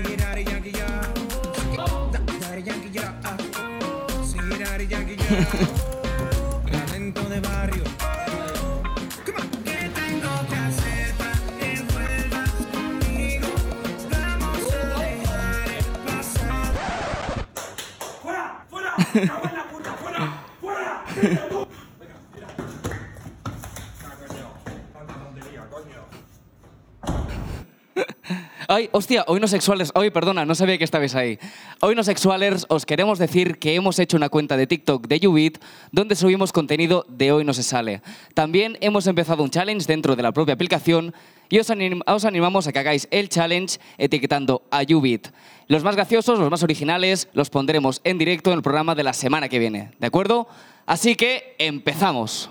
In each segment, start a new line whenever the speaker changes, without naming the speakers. Yankee, yeah. Daddy Yankee, yeah. Ah. Sí, Daddy Yankee, yeah. Talento de barrio. Come on. ¿Qué tengo que hacer para que vuelvas conmigo? Vamos a dejar el pasado.
¡Fuera! ¡Fuera! ¡Cago en la puta! ¡Fuera! ¡Fuera! ¡Vete tú! Venga, mira. Ah, coño. Tanta tontería, coño.
Ay, hostia, hoy no sexuales. Hoy, perdona, no sabía que estabais ahí. Hoy no sexuales, os queremos decir que hemos hecho una cuenta de TikTok de YouBeat donde subimos contenido de hoy no se sale. También hemos empezado un challenge dentro de la propia aplicación y os, anim- os animamos a que hagáis el challenge etiquetando a YouBeat. Los más graciosos, los más originales, los pondremos en directo en el programa de la semana que viene, ¿de acuerdo? Así que empezamos.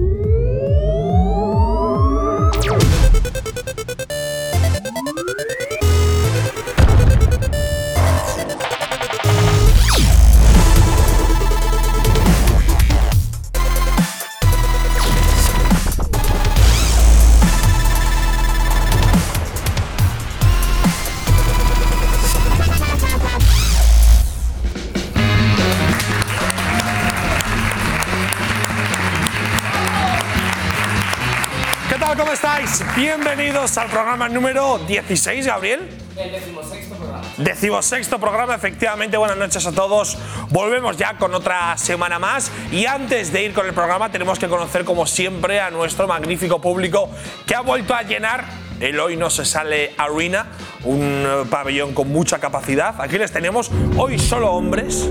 ¿Qué tal? ¿Cómo estáis? Bienvenidos al programa número 16, Gabriel. El decimosexto programa. Decimosexto programa, efectivamente. Buenas noches a todos. Volvemos ya con otra semana más. Y antes de ir con el programa, tenemos que conocer, como siempre, a nuestro magnífico público que ha vuelto a llenar el Hoy No Se Sale Arena, un eh, pabellón con mucha capacidad. Aquí les tenemos hoy solo hombres.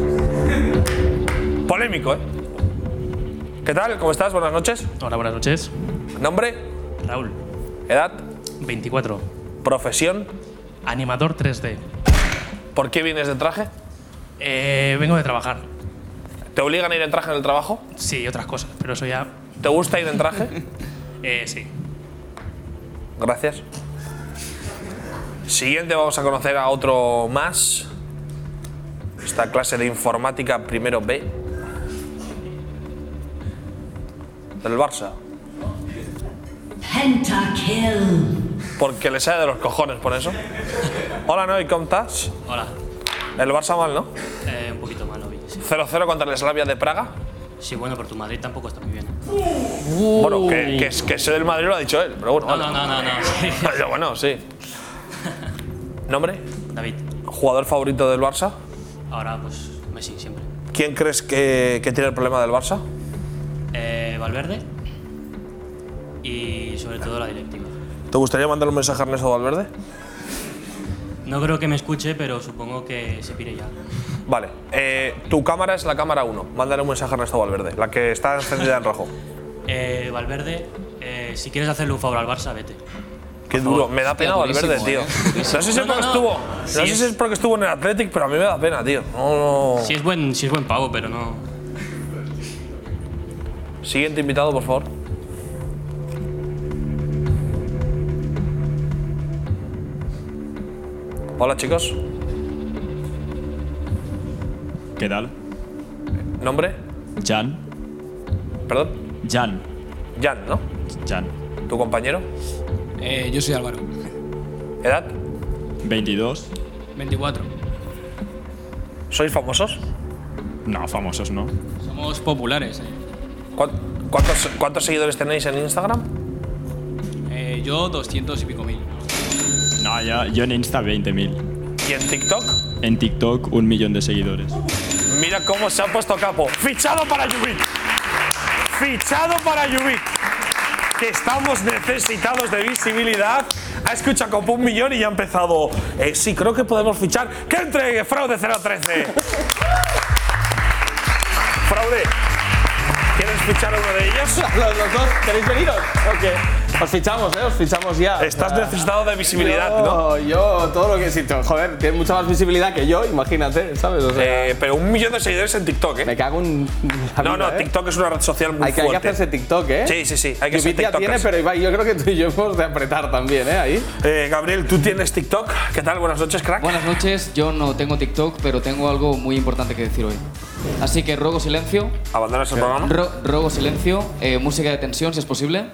Polémico, ¿eh? ¿Qué tal? ¿Cómo estás? Buenas noches.
Hola, buenas noches.
¿Nombre?
Raúl,
Edad,
24.
profesión,
Animador 3D.
¿por qué vienes de traje?
Eh, vengo de trabajar.
¿Te obligan a ir en traje en el trabajo?
Sí, otras cosas, pero eso ya.
¿Te gusta ir en traje?
eh, sí.
Gracias. Siguiente vamos a conocer a otro más. Esta clase de informática primero B. Del Barça.
Pentakill.
Porque le sale de los cojones por eso. Hola, Noy, ¿cómo estás?
Hola.
El Barça mal, ¿no?
Eh, un poquito malo hoy. Sí.
0-0 contra el Slavia de Praga.
Sí, bueno, pero tu Madrid tampoco está muy bien.
Bueno, que, que, es- que ese del Madrid lo ha dicho él, pero bueno.
No,
vale.
no, no, no. no.
Pero bueno, sí. ¿Nombre?
David,
¿Jugador favorito del Barça?
ahora pues Messi siempre.
¿Quién crees que, que tiene el problema del Barça?
Eh, Valverde. Y sobre todo la directiva.
¿Te gustaría mandar un mensaje a Ernesto Valverde?
No creo que me escuche, pero supongo que se pire ya.
Vale. eh, tu cámara es la cámara 1. Mándale un mensaje a Ernesto Valverde, la que está encendida en rojo.
Eh, Valverde, eh, si quieres hacerle un favor al Barça, vete.
Qué duro. Me da pena
durísimo,
Valverde, tío.
¿eh?
No sé si es
No, no,
porque
no.
estuvo.
Sí,
No sé si
es-
es porque estuvo en el Athletic, pero a mí me da pena, tío. No, no.
Si es buen, si es buen pavo, pero no.
Siguiente invitado, por favor. Hola, chicos.
¿Qué tal?
¿Nombre?
Jan.
Perdón.
Jan.
Jan, ¿no?
Jan.
¿Tu compañero?
Eh, yo soy Álvaro,
¿Edad?
22.
24.
¿Sois famosos?
No, famosos no.
Somos populares. eh.
¿Cuán- ¿Cuántos, cuántos seguidores tenéis en Instagram?
Eh, yo 200 y pico mil.
No, ya, yo en Insta 20.000.
¿Y en TikTok?
En TikTok un millón de seguidores.
Mira cómo se ha puesto capo. Fichado para Yubit. Fichado para Yubit. Que estamos necesitados de visibilidad. Ha escuchado como un millón y ya ha empezado. Eh, sí, creo que podemos fichar. ¡Que entre Fraude 013! Fraude, ¿quieres fichar a uno de ellos?
Los, los dos, ¿queréis veniros? ¿O qué? Os fichamos, ¿eh? Os fichamos ya.
Estás necesitado de visibilidad,
yo,
¿no?
Yo, todo lo que siento. Joder, tienes mucha más visibilidad que yo, imagínate, ¿sabes? O sea,
Eh, pero un millón de seguidores en TikTok,
me
¿eh?
cago en. la
No,
vida,
no,
¿eh?
TikTok es una red social muy
Hay que, hay que
fuerte.
hacerse TikTok, ¿eh?
Sí, sí, sí, hay que
Judith
ser
ya
tiktokers.
tiene, pero Ibai, yo creo que tú y yo hemos de apretar también, ¿eh? Ahí.
Eh, Gabriel, tú tienes TikTok. ¿Qué tal? Buenas noches, crack.
Buenas noches, yo no tengo TikTok, pero tengo algo muy importante que decir hoy. Así que ruego silencio.
¿Abandonas el programa?
Ro- robo silencio, eh, música de tensión si es posible.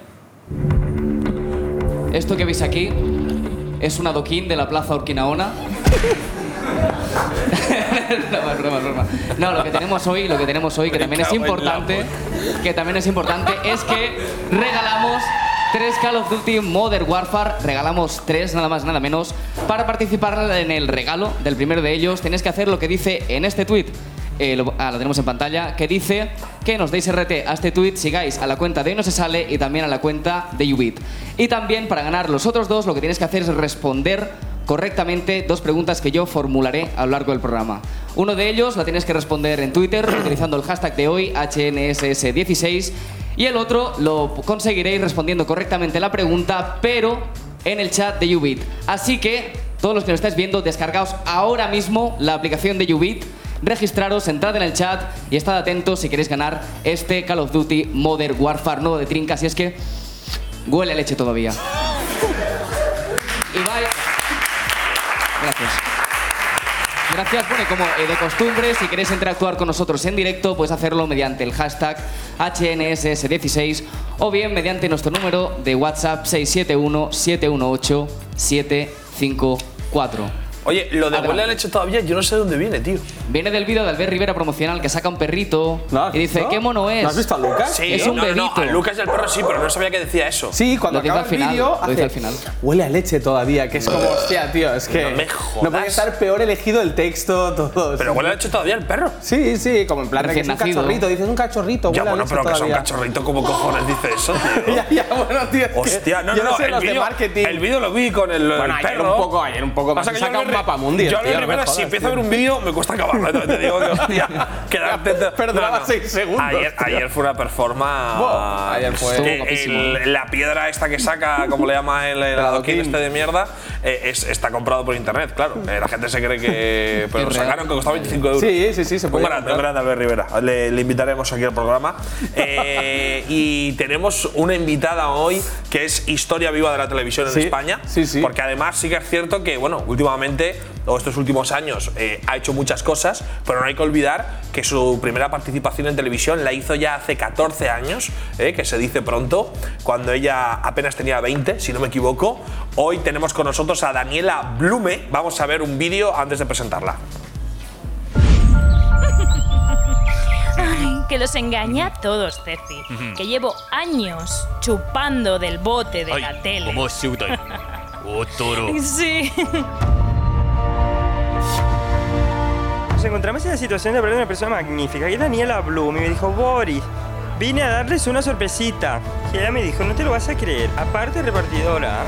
Esto que veis aquí es un adoquín de la plaza Urquinaona. no, es broma, es broma. No, lo que tenemos hoy, lo que tenemos hoy, que también es
cago en la
importante, que también es importante, es que regalamos tres Call of Duty Modern Warfare, regalamos tres nada más nada menos. Para participar en el regalo del primero de ellos, tenéis que hacer lo que dice en este tweet. lo, ah, lo tenemos en pantalla, que dice que nos deis RT a este tweet, sigáis a la cuenta de Hoy No Se Sale y también a la cuenta de Ubit. Y también para ganar los otros dos, lo que tienes que hacer es responder correctamente dos preguntas que yo formularé a lo largo del programa. Uno de ellos la tienes que responder en Twitter utilizando el hashtag de hoy, HNSS16, y el otro lo conseguiréis respondiendo correctamente la pregunta, pero en el chat de Ubit. Así que, todos los que nos estáis viendo, descargaos ahora mismo la aplicación de Ubit, registraros, entrad en el chat y estad atentos si queréis ganar este Call of Duty Modern Warfare nuevo de Trinca, si es que huele a leche todavía. Ibai, Gracias. Gracias, bueno, y como eh, de costumbre, si queréis interactuar con nosotros en directo, puedes hacerlo mediante el hashtag HNSS16 o bien mediante nuestro número de WhatsApp 671-718-754.
Oye, lo de
Adelante.
huele a leche todavía, yo no sé de dónde viene, tío.
Viene del vídeo de Albert Rivera promocional que saca un perrito
¿No?
y dice,
Ah, ¿No?
¿qué mono es?
¿No has visto a Lucas?
Sí,
Es un
no, no, no,
bebito.
a Lucas y al perro sí, pero no sabía que decía eso.
Sí, cuando
Lo dice
acaba
al
el
final,
vídeo,
lo dice
hace,
al final.
Huele a leche todavía, que es como, hostia, tío, es que
No me jodas.
no puede estar peor elegido el texto, todo.
Pero
sí.
huele a leche todavía el perro.
Sí, sí, como en plan de que es
Recién
un
nacido.
cachorrito, dices un cachorrito,
Ya,
huele a
bueno,
leche
pero que son
todavía.
cachorrito, ¿cómo cojones dice eso, tío?
ya, ya, bueno, tío. es que
Hostia, no,
yo no,
no, no,
sé
el
los de
vídeo-
marketing.
El vídeo lo vi con el, el
Bueno, ayer
perro.
un poco, ayer un poco más.
Pasa que
Saca
yo
un
Luis Ri-
mapa mundial,
Yo a Luis
tío, no me
Rivera, si
jodas,
empiezo a
tío.
ver un vídeo, me cuesta acabarlo. Te te digo que, hostia, quedarte.
Perdonaba seis segundos,
Ayer,
tío.
ayer fue una performance.
Buah, ayer fue-
que
Estuvo guapísimo.
el- la piedra esta que saca, como le llama el, el
El
adoquín
adoquín.
este de mierda, eh, es- está comprado por internet, claro. Eh, la gente se cree que. Pero lo
real.
sacaron que costaba 25 euros.
Sí, sí, sí, se puede
Un grande, un
comprar.
grande Albert Rivera. Le, le invitaremos aquí al programa. Eh, y tenemos una invitada hoy que es historia viva de la televisión en
Sí,
España.
sí, sí.
Porque además sí que es cierto que, bueno, últimamente o estos últimos años eh, ha hecho muchas cosas, pero no hay que olvidar que su primera participación en televisión la hizo ya hace 14 años, eh, que se dice pronto, cuando ella apenas tenía 20, si no me equivoco. Hoy tenemos con nosotros a Daniela Blume. Vamos a ver un vídeo antes de presentarla.
Ay, que los engaña a todos, Ceci. Que llevo años chupando del bote de la tele. Sí.
Nos encontramos en la situación de hablar de una persona magnífica, que es Daniela Blum, y me dijo, Boris, vine a darles una sorpresita. Y ella me dijo, no te lo vas a creer, aparte repartidora,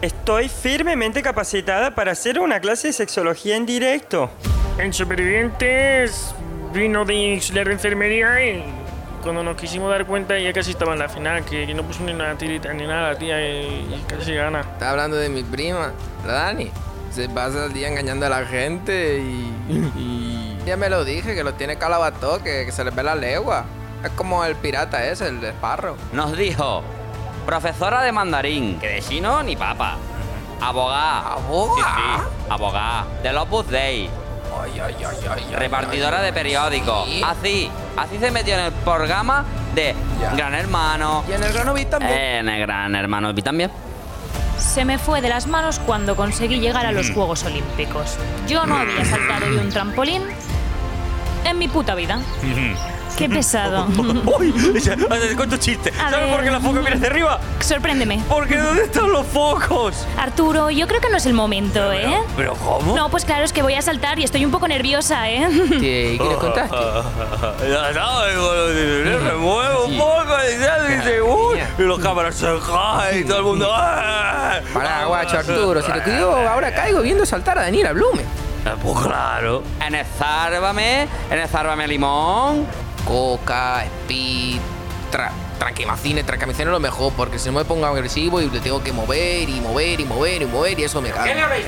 estoy firmemente capacitada para hacer una clase de sexología en directo.
En Supervivientes vino de auxiliar de enfermería y cuando nos quisimos dar cuenta ya casi estaba en la final, que no puso ni una tirita ni nada, tía, y, y casi gana.
Está hablando de mi prima, la Dani. Se pasa el día engañando a la gente y. y- Ya me lo dije, que lo tiene calabato, que, que se le ve la legua. Es como el pirata ese, el de Sparrow.
Nos dijo, profesora de mandarín, que de chino ni papa. Abogada.
¿Aboga?
abogada. Del Opus Dei.
Ay, ay, ay, ay, ay,
Repartidora
ay,
de
ay.
periódicos.
Sí.
Así, así se metió en el programa de
Ya.
Gran Hermano.
Y en el grano vi también.
Eh.
En el Gran Hermano vi también.
Se me fue de las manos cuando conseguí llegar a los
Mm.
Juegos Olímpicos. Yo no había saltado de un trampolín en mi puta vida.
Mm-hmm.
Qué pesado.
¡Uy! ¿Cuánto chiste?
A ¿Sabes ver. por qué la foca mira hacia
arriba?
Sorpréndeme.
Porque ¿dónde están los focos?
Arturo, yo creo que no es el momento, ¿eh?
¿Pero cómo?
No, pues claro, es que voy a saltar y estoy un poco nerviosa, ¿eh?
¿Qué, qué le contaste?
Ya sabes, cuando te- me muevo un
Sí.
poco y tal, y dice, "Uy",
niña.
y los cámaras se caen y todo el mundo. "Ah".
Para, guacho, Arturo, si te cuido, ahora caigo viendo saltar a Daniela Blume.
Ah, Pues claro.
En el Zárbame, en el Zárbame Limón.
Coca, speed, tra traquemacines, traquemacines lo mejor, porque si no me pongo agresivo y le tengo que mover y mover y mover y mover y eso me cae.
¿Qué le habéis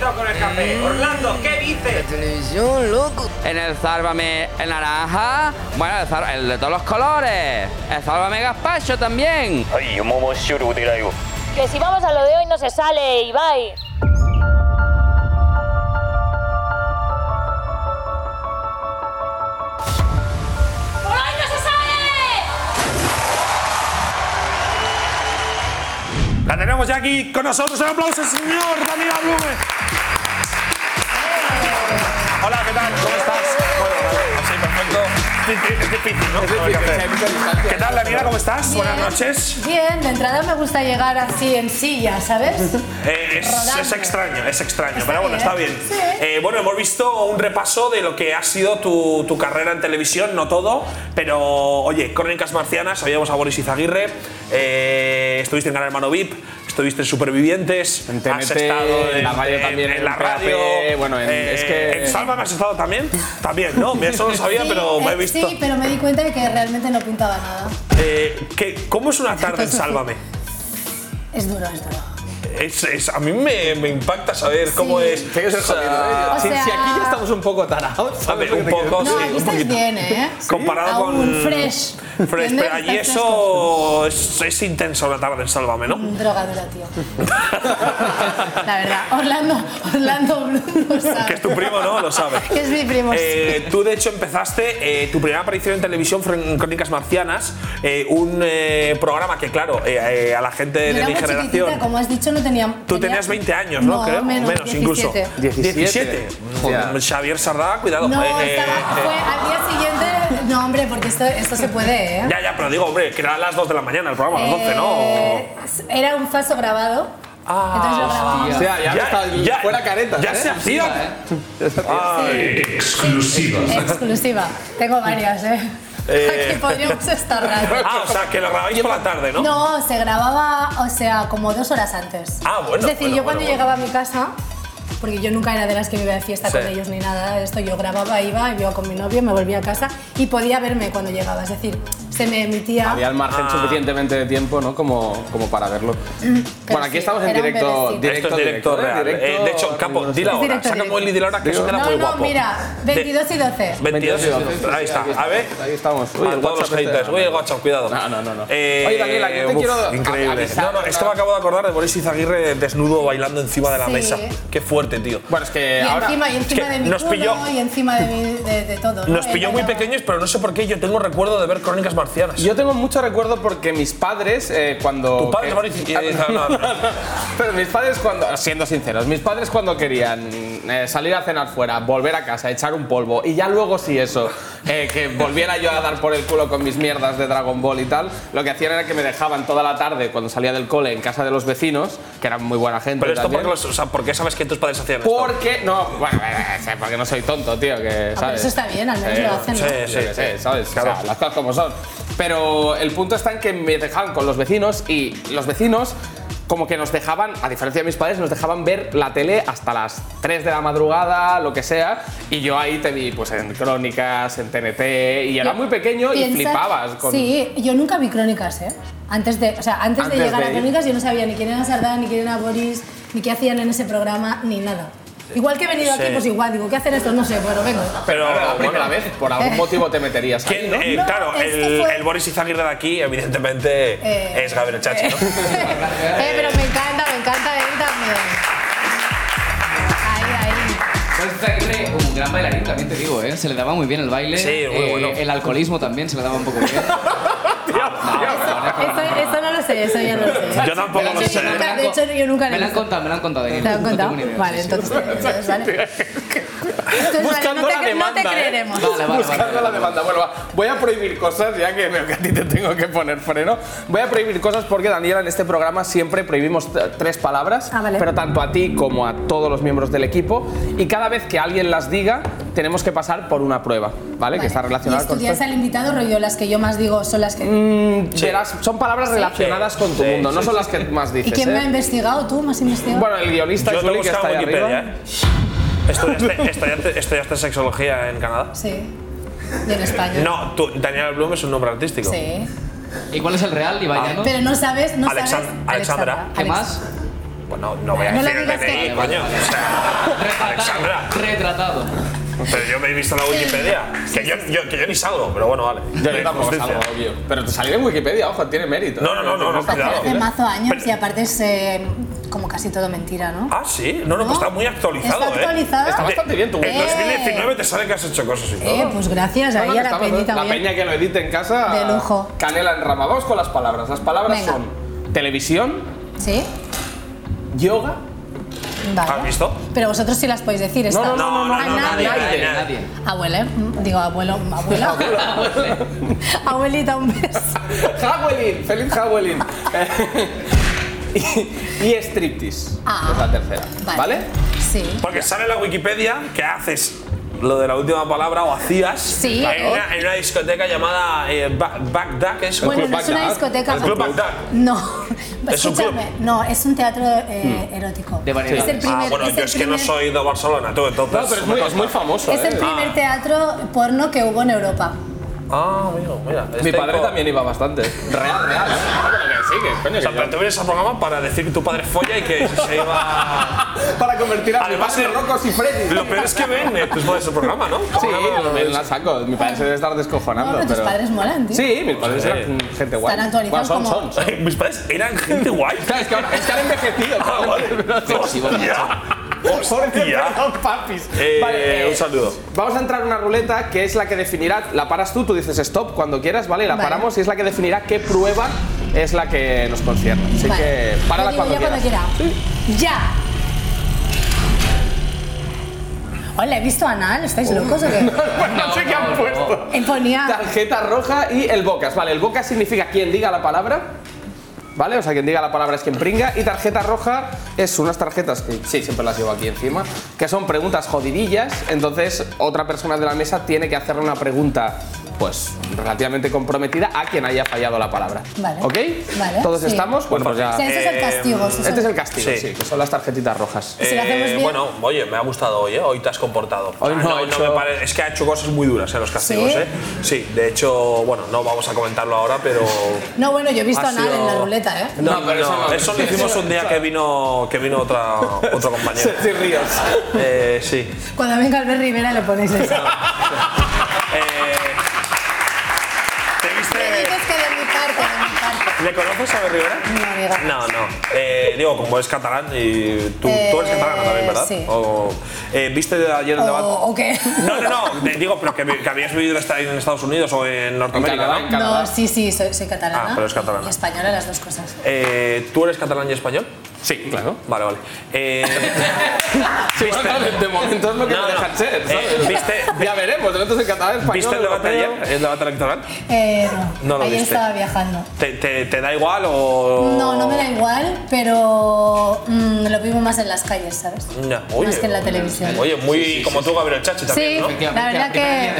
dado con el café? Orlando, ¿qué dices?
Televisión, loco.
En el Sálvame el naranja. Bueno, el, Sál- el de todos los colores. El Sálvame gazpacho también.
Que si vamos a lo de hoy no se sale, Ibai.
La tenemos ya aquí con nosotros. Un aplauso, señor Daniela Blume. Hola, ¿qué tal? ¿Cómo estás? Bueno, así perfecto. Es difícil, ¿no? Saber qué hacer. ¿Qué tal, Daniela? ¿Cómo estás? Buenas noches.
Bien, de entrada me gusta llegar así en silla, ¿sabes?
Eh, es, es extraño, es extraño, pero bueno,
bien.
está bien. Eh, bueno, hemos visto un repaso de lo que ha sido tu, tu carrera en televisión, no todo, pero oye, Crónicas Marcianas, habíamos a Boris Izaguirre, eh, estuviste en Gran Hermano VIP, estuviste en Supervivientes, has
TNT,
estado
en la radio también, en
la
PAP,
radio, eh,
bueno, en- es que-
¿En Sálvame has estado también? También, ¿no? Mira, Eso no lo sabía, pero me he
eh,
visto.
Sí, pero me di cuenta de que realmente no pintaba nada.
Eh, ¿qué- ¿Cómo es una tarde en Sálvame?
Es duro, es duro.
Es, es- a mí me, me impacta saber cómo es.
es jodido,
Ah,
¿eh?
O Si- sea- si aquí ya estamos
un poco tarados, un poco, sí.
no, aquí
un
estás
poquito.
bien, ¿eh?
Comparado
Aún
con-
fresh.
Fresh,
¿Dónde
pero allí
estás
eso es, es intenso la tarde en Sálvame, ¿no?
Mm. Drogadura, tío. La verdad. Orlando, Orlando Bloom lo
Que
sabe.
es tu primo, ¿no? Lo sabes.
Que es mi primo.
Eh, tú, de hecho, empezaste eh, tu primera aparición en televisión fue en Crónicas Marcianas, eh, un eh, programa que, claro, eh, eh, a la gente
Yo
de
era
mi
muy
generación.
chiquitita, como has dicho, no tenía.
Tú
tenía-
tenías 20 años, ¿no?
No,
Creo.
menos,
incluso.
17.
17. Joder, Xavier Sardá, cuidado.
No,
eh, eh,
estaba,
eh.
fue al día siguiente. No, hombre, porque esto, esto se puede, ¿eh?
Ya, ya, pero digo, hombre, que era a las 2 de la mañana el programa, a las 12, ¿no? Ah.
Eh, Era un falso grabado. entonces lo grabamos.
fuera careta.
¿eh?
Ya se hacía. Ay, exclusiva.
Exclusiva. Tengo varias, ¿eh?
Eh.
Que podríamos estar rato.
Ah, o sea, que lo grabáis por la tarde, ¿no?
No, se grababa, o sea, como dos horas antes.
Ah, bueno,
Es decir,
bueno,
yo
bueno,
cuando
bueno.
llegaba a mi casa, porque yo nunca era de las que me iba de fiesta
Sí.
con ellos ni nada de esto, yo grababa, iba, iba con mi novio, me volvía a casa y podía verme cuando llegaba. Es decir, se me emitía.
Había el margen
Ah.
suficientemente de tiempo, ¿no? Como, como para verlo. bueno, aquí estamos en
era un
directo,
bebecito.
directo,
Esto es directo real. Eh, de hecho, Capo, di la
Es
hora.
directo,
Saca el
directo.
móvil y di la hora, que eso queda muy
no,
guapo.
no, mira, 22 y 12.
22
22,
Ahí está.
aquí
A ver.
Ahí estamos. este.
A todos los haters. Uy, el WhatsApp, cuidado.
No, no, no. no.
Eh,
Oye, Daniela, yo te
uf,
quiero
Increíble.
avisar
No, no,
una-
esto me acabo de acordar de Boris Izaguirre desnudo bailando encima de la
Sí.
mesa. Qué fuerte, tío. Bueno, es
Y
que
encima, y encima de mi
nos
culo,
pilló,
y encima de, mi- de- de todo. ¿no? "Ah,
nos pilló muy pequeños, pero no sé por qué yo tengo recuerdo de ver Crónicas Marcianas.
Yo tengo mucho recuerdo porque mis padres, eh, cuando.
Tu padre
que-
es Boris Izaguirre. No, no, no.
Pero mis padres cuando, siendo sinceros, mis padres cuando querían eh, salir a cenar fuera, volver a casa, echar un polvo y ya luego sí eso, eh, que volviera yo a dar por el culo con mis mierdas de Dragon Ball y tal, lo que hacían era que me dejaban toda la tarde cuando salía del cole en casa de los vecinos, que eran muy buena gente.
Pero esto,
también.
porque los, o sea, ¿por qué sabes que tus padres hacían esto?
Porque no, bueno, eh, sé, porque no soy tonto, tío, que
Ah, pero
sabes.
eso está bien, al menos lo hacen. ¿no?
Sí, sí, sí, sabes, O sea, las cosas como son. Pero el punto está en que me dejaban con los vecinos y los vecinos como que nos dejaban, a diferencia de mis padres, nos dejaban ver la tele hasta las 3 de la madrugada, lo que sea, y yo ahí te vi pues en crónicas, en TNT, y era muy pequeño y
Piensa-
flipabas con
Sí, yo nunca vi crónicas, ¿eh? Antes de, o sea, antes,
Antes
de llegar
de
a
ir.
crónicas yo no sabía ni quién era Sardá, ni quién era Boris, ni qué hacían en ese programa, ni nada. Igual que he venido
Sí.
aquí, pues igual, digo, ¿qué hacen estos? No sé, pero vengo.
Pero
la primera
bueno.
vez, por algún motivo te meterías ahí,
¿Quién?
¿no?
Eh, claro,
es que
el,
fue-
el Boris Izaguirre de aquí, evidentemente,
Eh,
es Gabriel Chachi, ¿no?
Eh, pero me encanta, me encanta venir también.
un gran bailarín, también te digo, ¿eh? Se le daba muy bien el baile.
Sí, muy
Eh,
bueno.
El alcoholismo también se le daba un poco bien.
Eso, eso no lo sé, eso ya no lo sé.
Yo tampoco
De hecho,
lo sé.
yo nunca- de hecho, yo nunca
Me
lo sé.
la han contado, me la han contado.
¿Te lo
Irene,
han
no tengo
contado?
ni idea,
Vale,
sí, sí.
entonces, entonces, Pues vale. Entonces,
Buscando
vale,
la
no te, no te
demanda. ¿eh?
creeremos.
Buscando la demanda. Bueno, va, voy a prohibir cosas, ya que veo que a ti te tengo que poner freno. Voy a prohibir cosas porque, Daniela, en este programa siempre prohibimos t- tres palabras,
Ah,
pero tanto a ti como a todos los miembros del equipo. Y cada vez que alguien las diga, tenemos que pasar por una prueba, ¿vale? Que está
Y
relacionada con. Mm,
estudias al invitado, rollo, las que yo más digo son las que.
Verás, son palabras
Sí.
relacionadas con tu
Sí,
mundo, no
sí,
son
sí,
las que más dices.
¿Y quién
¿eh?
me ha investigado? ¿Tú me has investigado?
Bueno, el guionista
Yo te
Juli, que está
buscaba
ahí
en
arriba.
Wikipedia, ¿eh? Estudiaste, estudiaste- estudiaste sexología en Canadá.
Sí. Y en España.
No, tú, Daniel Blum es un nombre artístico.
Sí.
¿Y cuál es el real,
Ah. Pero no sabes, no
Alexan-
sabes.
Alexandra. ¿Qué
más?
Bueno, no voy a
No le
decir el
digas
DNI,
que-
coño. O sea, Alexandra.
Retratado.
Ah, Pero yo me he visto la Wikipedia. Que yo, yo- que yo ni salgo, pero bueno, vale.
Yo, yo tampoco
Justicia.
salgo, obvio. Pero te salí en Wikipedia, ojo, tiene mérito.
No, no, no, no, no, cuidado.
Hace mazo años y aparte es eh, como casi todo mentira, ¿no?
Ah, sí. No, no, pues
¿No?
está muy actualizado,
¿Está
¿eh?
actualizado? Está bastante
bien
tu
En
web.
2019 te sale que has hecho cosas y
Eh,
todo.
pues gracias, ahí a la peña
La
también.
peña que lo edite en casa.
De lujo.
Canela en rama. Vamos con las palabras. Las palabras
Venga.
son televisión,
¿Sí?
¿Yoga?
Vale.
¿Has visto?
Pero vosotros sí las podéis decir.
No,
estas.
no, no, no, no,
Ah,
no, nadie, nadie, nadie.
Abuela, mm, digo abuelo, abuela. Abuelita, un beso.
Howelin, feliz Howelin. y, y striptease, que es la tercera.
Ah. Vale. Sí.
Porque sale en la Wikipedia que haces lo de la última palabra o hacías
Sí.
en, una, en una discoteca llamada eh, Ba- Bagdad, que es Ah,
Bueno, no es una discoteca.
El Club
pero-
Bagdad.
No, pues
Es un Mm.
escúchame. No, es un teatro eh, erótico. Es el primer,
ah, bueno,
es
yo
el
es que no
primer-
soy de Barcelona, tú, entonces.
No, pero es muy- es muy famoso, eh.
es el primer teatro porno que hubo en Europa.
Ah, amigo, mira.
Mi padre también iba bastante. Real, real. ¿eh? Ah, pero que sí, que coño,
O sea,
que
pero tú vienes al programa para decir que tu padre folla y que se iba.
Para convertir a
Además,
mi padre
el-
en Rocos y Freddy.
Lo peor es que ven eh, tus padres el programa, ¿no?
Sí, me la saco. Mi padre se debe estar descojonando.
No, pero tus padres molan, tío.
Sí, mis padres eran gente guay.
Están actualizados
Bueno, son,
como-
son, son.
Mis padres eran gente guay.
Claro, es que ahora es que han envejecido.
Ah, vale.
Hostia.
Hostia.
papis.
Eh,
Vale, eh,
un saludo.
Vamos a entrar en una ruleta que es la que definirá, la paras tú, tú dices stop cuando quieras, ¿vale? Y la
Vale.
paramos y es la que definirá qué prueba es la que nos concierne. Así
Vale.
que párala
Lo digo
cuando
yo
quieras.
cuando quiera. ¡Ya! Hola, he visto anal, ¿estáis locos o qué?
Oh. no sé qué han puesto.
Eh, Ponía.
Tarjeta roja y el bocas. Vale, el bocas significa quien diga la palabra. ¿Vale? O sea, quien diga la palabra es quien pringa. Y tarjeta roja es unas tarjetas que sí, siempre las llevo aquí encima, que son preguntas jodidillas. Entonces, otra persona de la mesa tiene que hacerle una pregunta, pues, relativamente comprometida a quien haya fallado la palabra.
Vale.
¿Ok?
Vale,
¿Todos
sí.
estamos? Bueno, pues ya.
O sea, ese es el castigo, sí,
Este
sí.
es el castigo,
Sí.
sí, que son las tarjetitas rojas.
Si lo hacemos bien.
Eh, Bueno, oye, me ha gustado hoy, ¿eh? Hoy te has comportado.
Hoy no ha hecho-
me pare- Es que ha hecho cosas muy duras en los castigos,
¿Sí?
¿eh? Sí, de hecho, bueno, no vamos a comentarlo ahora, pero.
No, bueno, yo he visto
Ha
anal en
sido-
la ruleta, ¿eh?
No, pero eso, lo hicimos un día que vino, que vino otra, otro compañero.
Sergi Ríos.
Eh, sí.
Cuando venga Albert Rivera le ponéis eso.
¿Te viste?
Le dices que de mi parte, de mi parte.
¿Le conoces a Abel Rivera?
No, amiga.
No, no. Eh, digo, como es catalán y tú,
Eh,
tú eres catalana también, ¿verdad?
sí.
O- eh, ¿Viste ayer el debate?
¿O, o qué?
No, no, no. te digo, pero que, vi- que habías vivido esta- en Estados Unidos o en Norteamérica,
Canadá,
¿no?
en Canadá.
No, sí, sí, soy, soy catalana.
Ah, pero es catalana.
Y española, las dos cosas.
Eh, ¿Tú eres catalán y español?
Sí, claro.
Vale, vale. Eh,
Sí, bueno, claro, de- de momento es lo que
No,
me
no.
dejan ser, ¿sabes?
Eh, viste-
ya veremos, de momento es en catalán, español,
¿Viste el debate
europeo.
ayer? ¿El debate electoral?
Eh, no,
No lo
ayer
viste. Oh.
estaba viajando.
¿Te, te, te da igual o.?
No, no me da igual, pero mm, lo vivo más en las calles, ¿sabes?
Ya, oye,
Más que en la televisión.
Oye, muy como tú, Gabriel Chachi, también,
Sí,
¿no?
la verdad que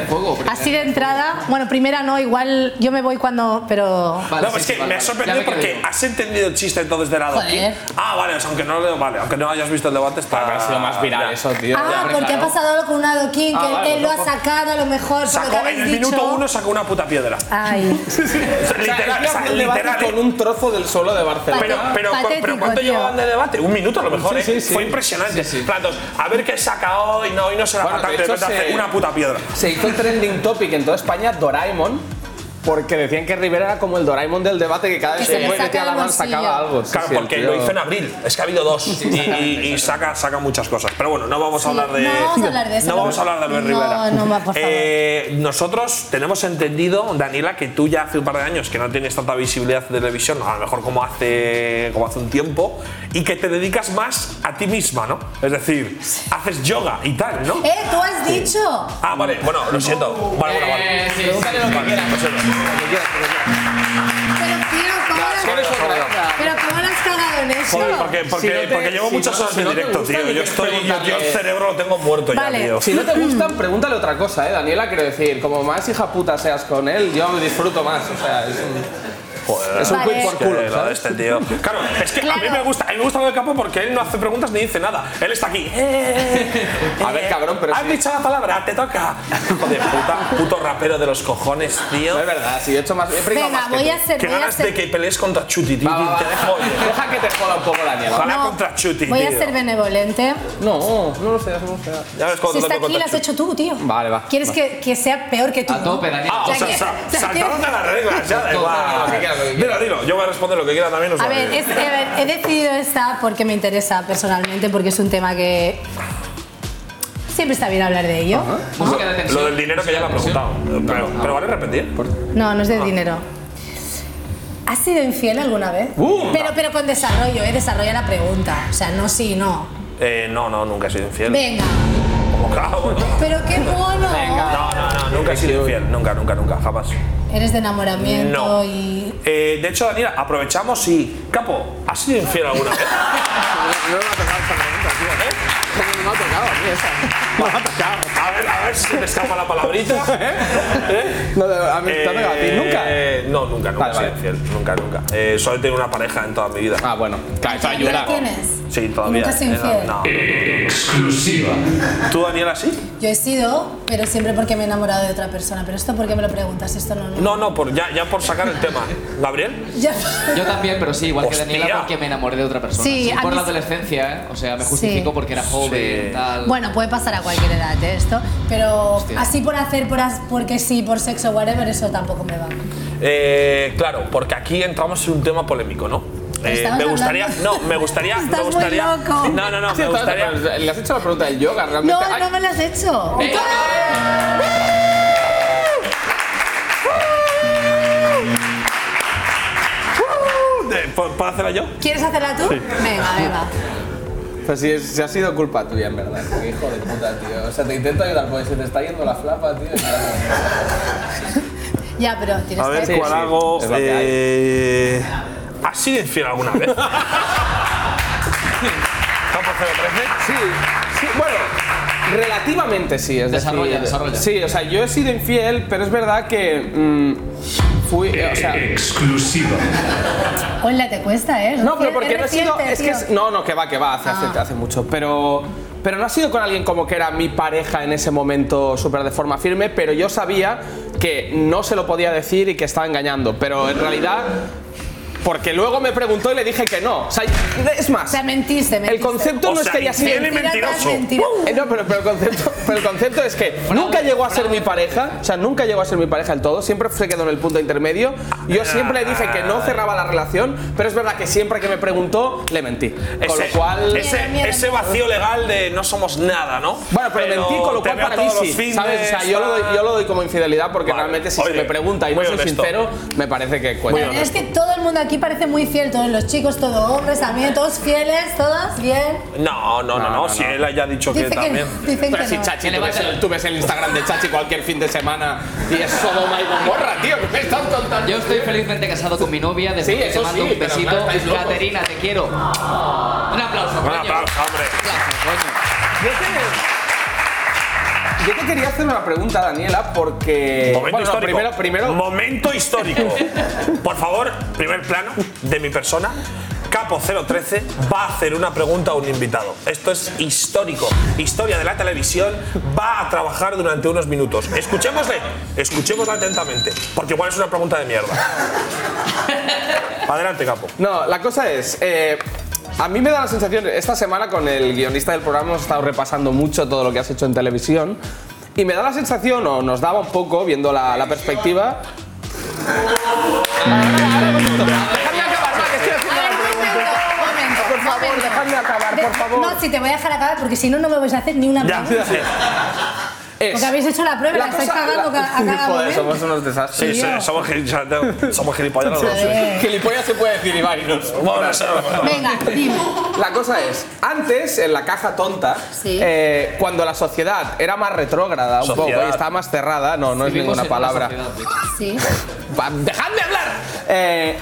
así de entrada, bueno, primera no, igual yo me voy cuando, pero
no, pues es que me ha sorprendido porque has entendido el chiste entonces de lado aquí.
Joder.
Ah, vale, o sea, aunque no, lo- vale, aunque no hayas visto el debate, está.
Habrá sido más viral
Ya.
eso, tío.
Ah, porque ha pasado algo con un adoquín,
Ah,
que
vale,
él lo ha
loco.
sacado a lo mejor, por lo que
Sacó, en
habéis
el
dicho.
minuto uno sacó una puta piedra.
Ay,
O sea,
O sea,
literal,
es
o sea,
el debate
literal.
con un trozo del suelo de Barcelona.
Pero, pero, cu-
Patético,
pero ¿cuánto
tío.
llevaban de debate? Un minuto a lo mejor,
Sí, sí,
¿eh?
sí.
Fue impresionante. Platos, a ver qué saca hoy, no, hoy no será
Bueno,
patata,
de
de
hecho,
repente hace
se-
una puta piedra.
Se hizo trending topic en toda España Doraemon, porque decían que Rivera era como el Doraemon del debate, que cada
Que
vez
se
que
le
fue,
saca
metía la
del
mano
bolsillo.
sacaba algo. Sí,
Claro,
sí, el
porque
tío-
lo hizo en abril. Es que ha habido dos. y y- y saca, saca muchas cosas. Pero bueno, no vamos a hablar de.
no vamos a hablar de eso,
No
no.
vamos a hablar de Albert
No,
Rivera.
no, va, por favor.
Eh, nosotros tenemos entendido, Daniela, que tú ya hace un par de años que no tienes tanta visibilidad de televisión, a lo mejor como hace, como hace un tiempo, y que te dedicas más a ti misma, ¿no? Es decir, haces yoga y tal, ¿no?
eh, tú has dicho.
Ah, vale, bueno, lo siento. Vale, bueno, vale.
Eh, sí, sale lo que
Vale,
quieras.
lo siento.
Pero tío, ¿cómo lo has,
Eres un gran-
pero cómo lo has cagado en eso?
Joder, porque, porque,
Si no te-
porque llevo
si
muchas
no-
horas
si
en
no te
directo,
gusta,
tío.
ni
Yo
que
estoy. Yo, yo el
preguntarle.
cerebro lo tengo muerto
Vale.
ya, tío.
Si no te gustan, pregúntale otra cosa, eh, Daniela. Quiero decir, como más hija puta seas con él, yo disfruto más. O sea, es un.
Joder,
Es un
Vale.
quid por
que
culo,
lo de
¿sabes?
este tío. Claro, es que a mí
Claro.
me gusta, a mí me gusta lo del capo porque él no hace preguntas ni dice nada. Él está aquí. Eh,
A ver, cabrón, pero
Has
sí.
dicho la palabra, te toca. Hijo de puta, puto rapero de los cojones, tío.
No es verdad, si yo he hecho más. He pringado
Venga,
más que
voy
tú.
a hacer,
Que
voy a
ganas de
hacer,
que pelees contra Chuti, tío.
Va, va, va.
Te dejo.
Deja que te joda un poco la nieve.
Ojalá
No.
contra Chuti,
voy a
tío.
ser benevolente.
No, no lo seas, no lo seas.
Ya ves
Si
cuando
está
te toco
aquí,
contra
lo has
Chuti.
hecho tú, tío.
Vale, va.
¿Quieres
va.
que, que sea peor que tú? A tope, Daniel.
Ah, o sea, sa- saltaron de las reglas, ya da
Todo, todo, lo que quieras, lo
igual.
que quieras.
Dilo, dilo, yo voy a responder lo que quiera también. os
A
lo
ver,
digo.
es- eh, a ver, he decidido esta porque me interesa personalmente, porque es un tema que siempre está bien hablar de ello.
Lo, lo del Ah. dinero que ya lo ha preguntado. Pero, pero vale repetir.
No, no es de dinero. ¿Has sido infiel alguna vez?
Uh.
pero, pero con desarrollo, ¿eh? Desarrolla la pregunta. O sea, no sí, no.
Eh, no, no, nunca he sido infiel.
Venga.
Como cago, ¿no?
Pero qué mono.
No, no, no, nunca he sido infiel. Nunca, nunca, nunca, jamás.
Eres de enamoramiento
No.
y.
Eh, de hecho, Daniela, aprovechamos y. Capo, ¿has sido infiel alguna vez?
No me ha tocado esta pregunta, tío, ¿eh? Como no me ha tocado a mí esa. No me ha tocado.
A ver, a ver si te escapa la palabrita. ¿Eh?
No, a mí te ha tocado a ti nunca.
Eh, no, nunca, nunca he sido infiel. Nunca, nunca. Eh, solo he tenido una pareja en toda mi vida. Ah,
bueno. Claro, eso
¿Todavía la tienes?
Sí, todavía.
nunca has sido
Eh,
infiel?
no, no. Exclusiva. ¿Tú, Daniela, sí?
Yo he sido, pero siempre porque me he enamorado de otra persona. Pero esto, ¿por qué me lo preguntas? Esto no. no.
No, no, por, ya, ya por sacar el tema. ¿eh? ¿Gabriel?
Ya-
Yo también, pero sí, igual
Hostia.
que Daniela, porque me enamoré de otra persona.
Sí,
Sí,
a
por
mí
la
sí.
adolescencia, ¿eh? O sea, me justifico
Sí.
porque era joven, tal.
Bueno, puede pasar a cualquier edad ¿eh? esto, pero
Hostia.
así por hacer, por as- porque sí, por sexo, whatever, eso tampoco me va.
Eh, claro, porque aquí entramos en un tema polémico, ¿no? Eh,
estamos
me gustaría.
hablando-
No, me gustaría.
Estás
me
muy
gustaría.
loco.
No, no, no,
Sí,
me
estás-
gustaría.
pero Le has hecho la pregunta del yoga, realmente.
No,
Ay,
no me lo has hecho.
Eh, ¿Puedo puedo hacerla yo?
¿Quieres hacerla tú?
Sí.
Venga, venga.
Pero si, es- si ha sido culpa tuya, en verdad. porque Hijo de puta, tío. O sea, te intento ayudar, porque se te está yendo la flapa, tío.
Ya, pero tienes
A ver,
que.
¿cuál hago?
es lo que hay.
Eh, ¿Has sido infiel alguna vez? ¿Campo 013?
Sí, sí, bueno, relativamente sí. Es
Desarrolla,
decir,
desarrolla.
Sí, o sea, yo he sido infiel, pero es verdad que mm, fui, eh, o sea, exclusiva.
Hola, te cuesta, ¿eh?
No, pero
Recién-
porque
es
no ha sido,
reciente,
es que
tío. Ah.
es- no, no, que va, que va, hace, hace- hace mucho, pero pero no ha sido con alguien como que era mi pareja en ese momento súper de forma firme, pero yo sabía que no se lo podía decir y que estaba engañando, pero en realidad porque luego me preguntó y le dije que no. O sea, es más,
O sea, mentiste, mentiste.
el concepto no es que haya sido
Mentira tras mentira.
Eh, no, pero, pero el concepto, pero el concepto es que nunca llegó a ser mi pareja, o sea, nunca llegó a ser mi pareja del todo, siempre se quedó en el punto intermedio.
Ah.
Yo siempre le dije que no cerraba la relación, pero es verdad que siempre que me preguntó, le mentí. Con lo cual.
ese, ese vacío legal de no somos nada, ¿no?
Bueno, pero, mentí, con lo
te
cual
veo
para mí
todos los
sí.
fines,
¿Sabes? O sea, yo lo, doy, yo lo doy como infidelidad porque realmente si se
Oye,
me pregunta y no
muy
soy
honesto.
sincero, me parece que cuenta.
Pero es que todo el mundo aquí parece muy fiel, todos los chicos, todos hombres también, todos fieles, todas bien.
No, no, no, no, si él haya dicho que
Dice
también.
que, dicen
Pero
que
si
no.
Chachi, tú ves, el, tú ves el Instagram de Chachi cualquier fin de semana y es Sodoma y Gomorra, tío, ¿qué me estás contando?
Yo estoy felizmente casado con mi novia, desde
Sí,
que te
eso
mando
sí,
un
pero
besito.
claro, estáis locos.
Caterina, te quiero. Un aplauso,
Un
coño.
aplauso, hombre.
Yo te, yo te quería hacer una pregunta, Daniela, porque.
Momento
bueno, no,
histórico.
primero, primero.
Momento histórico. Por favor, primer plano de mi persona. Capo 013 va a hacer una pregunta a un invitado. Esto es histórico. Historia de la televisión va a trabajar durante unos minutos. Escuchémosle, escuchémosla atentamente, porque igual es una pregunta de mierda. Adelante, Capo.
No, la cosa es. eh, a mí me da la sensación, esta semana con el guionista del programa hemos estado repasando mucho todo lo que has hecho en televisión. Y me da la sensación, o nos daba un poco, viendo la, la perspectiva. Dejadme acabar, va, que estoy haciendo la pregunta.
Momento,
Por favor,
momento.
dejadme acabar, por favor.
No, si te voy a dejar acabar porque si no, no me vais a hacer ni una pregunta.
Es-
Porque habéis hecho la prueba, la, estáis
cosa-
cagando
la-
ca- a cada
Joder,
momento.
somos unos desastres.
Sí, sí, somos, gil- somos gilipollas los dos. ¿eh?
Gilipollas se puede decir, Ibai. ¿no?
Bueno, sí, bueno.
Venga, dime.
La cosa es, antes en la caja tonta,
Sí.
eh, cuando la sociedad era más retrógrada, un
Sociedad.
poco, y estaba más cerrada, no, no es
Vivimos
ninguna
en una
palabra.
sociedad, tío.
Sí.
Va, ¡Dejadme hablar! Eh,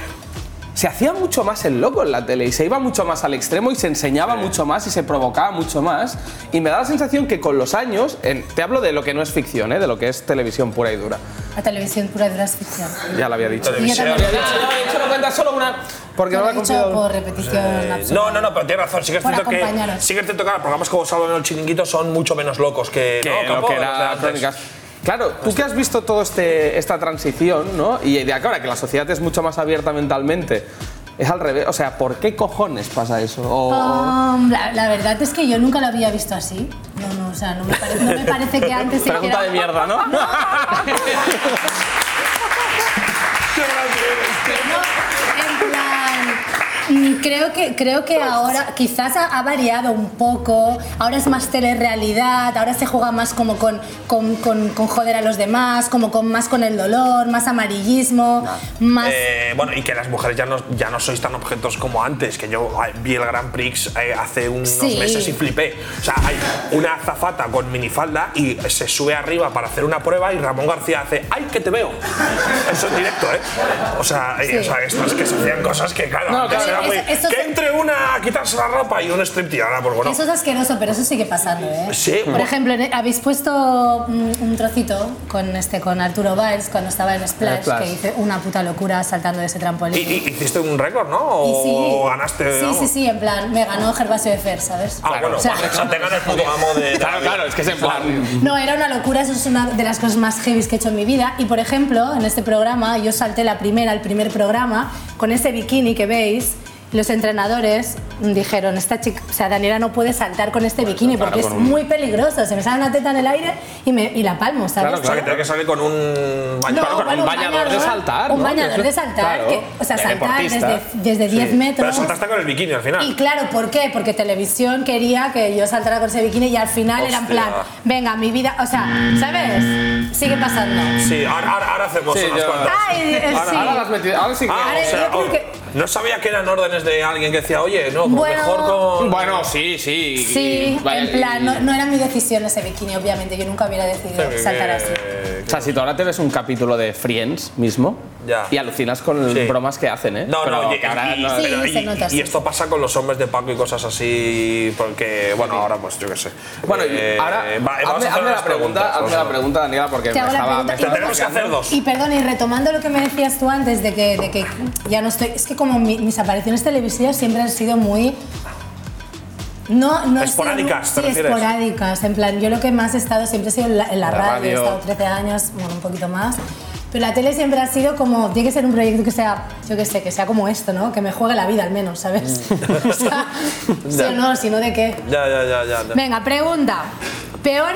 se hacía mucho más el loco en la tele y se iba mucho más al extremo y se enseñaba mucho más y se provocaba mucho más. Y me da la sensación que con los años, en- te hablo de lo que no es ficción, eh, de lo que es televisión pura y dura.
La televisión pura de la ficción.
Ya lo había dicho.
Y yo
Televisión.
también.
Ya, ya, de hecho, no cuenta solo una. Ah, Porque no
Lo
la
he
he
dicho
cumplido.
por repetición
Eh,
absoluta.
No, no, no, pero tienes razón. Sí que es
Por
cierto que,
acompañaros.
sí que es cierto que ahora programas como Salvo en el Chiringuito son mucho menos locos que,
que
¿no,
lo
Capo?
que
Los de
era
antes.
crónicas. Claro, tú que has visto toda esta transición, ¿no? Y de ahora que la sociedad es mucho más abierta mentalmente, es al revés. O sea, ¿por qué cojones pasa eso? O- o-
Um, la, la verdad es que yo nunca lo había visto así. No, no, o sea, no me parece, no me parece que antes se
Pregunta
hiciera-
de mierda, ¿no?
En plan, Mm, Creo que, creo que ahora quizás ha, ha variado un poco, ahora es más telerrealidad, ahora se juega más como con, con, con- con joder a los demás, como con más con el dolor, más amarillismo, más...
Eh, bueno, y que las mujeres ya no, ya no sois tan objetos como antes, que yo ay, vi el Grand Prix eh, hace unos
Sí.
meses y flipé. O sea, hay una azafata con minifalda y se sube arriba para hacer una prueba y Ramón García hace ¡Ay, que te veo! Eso en directo, ¿eh? O sea, eh,
Sí.
o sea, esto es que se hacían cosas que, claro,
No,
antes
claro,
era muy,
eso- eso
que
se-
entre una a quitarse la ropa y un striptease, ahora pues bueno.
Eso es asqueroso, pero eso sigue pasando, ¿eh?
Sí.
Por ejemplo, en- habéis puesto mm, un trocito con, este, con Arturo Valls cuando estaba en Splash,
Splash.
que hice una puta locura saltando de ese trampolín.
Y, y- hiciste un récord, ¿no? O ganaste.
Sí,
vamos.
sí, sí, en plan, me ganó Gervasio de Fer, ¿sabes?
Ah, bueno,
O sea,
vale, o sea, te gana el puto amo de. claro, claro, es que es en plan.
No, era una locura, eso es una de las cosas más heavy que he hecho en mi vida. Y por ejemplo, en este programa, yo salté la primera, el primer programa, con ese bikini que veis. Los entrenadores dijeron, esta chica, o sea, Daniela no puede saltar con este bikini
claro,
porque
con
es
un-
muy peligroso. Se me sale una teta en el aire y, me, y la palmo, ¿sabes?
Claro, claro, que tiene que salir con un bañador,
No, bueno, un bañador, Un bañador de saltar, que- o sea, saltar desde, desde 10
Pero
metros.
saltaste con el bikini al final.
Y claro, ¿por qué? Porque televisión quería que yo saltara con ese bikini y al final era en
Hostia.
plan, venga, mi vida, o sea, ¿sabes? Sigue pasando.
Sí, ahora, ahora- ahora hacemos
Sí,
unas
yo-
cuantas.
Ay, eh, sí.
Ahora las metido- ahora sí que-
Ah,
Ahora,
o sea,
yo creo
oh,
que-
No sabía que eran órdenes de alguien que decía, oye, no, como
Bueno.
mejor con.
Bueno, Ah, sí, sí.
Sí, en plan, no, no era mi decisión ese bikini, obviamente, yo nunca hubiera decidido saltar así.
O sea, si tú ahora te ves un capítulo de Friends mismo y alucinas con bromas que hacen, ¿eh?
No,
Pero
no, y,
que ahora
y-
no-
Sí,
pero
se
y-
nota,
y
sí.
esto pasa con los hombres de Paco y cosas así, porque, bueno, ahora pues yo qué sé.
Bueno, y
Eh,
ahora,
va- vamos a
hazme,
hacer
hazme
unas
la pregunta,
preguntas,
hazme la pregunta, Daniela, porque
Te
me
hago la
estaba...
pregunta
me
y
estaba
luego-
bloqueando.
Y perdón, y retomando lo que me decías tú antes de que, de que ya no estoy. Es que como mi- mis apariciones televisivas siempre han sido muy. No, no he sido muy-
Esporádicas, ¿te
sí,
refieres?
esporádicas. En plan, yo lo que más he estado siempre ha sido en la, en la
La
radio,
radio.
He estado 13 años, bueno, un poquito más. Pero la tele siempre ha sido como. Tiene que ser un proyecto que sea, yo qué sé, que sea como esto, ¿no? Que me juegue la vida al menos, ¿sabes?
Mm.
o sea, sí o no, si no, ¿de qué?
Ya, ya, ya, ya. ya.
Venga, pregunta. Peor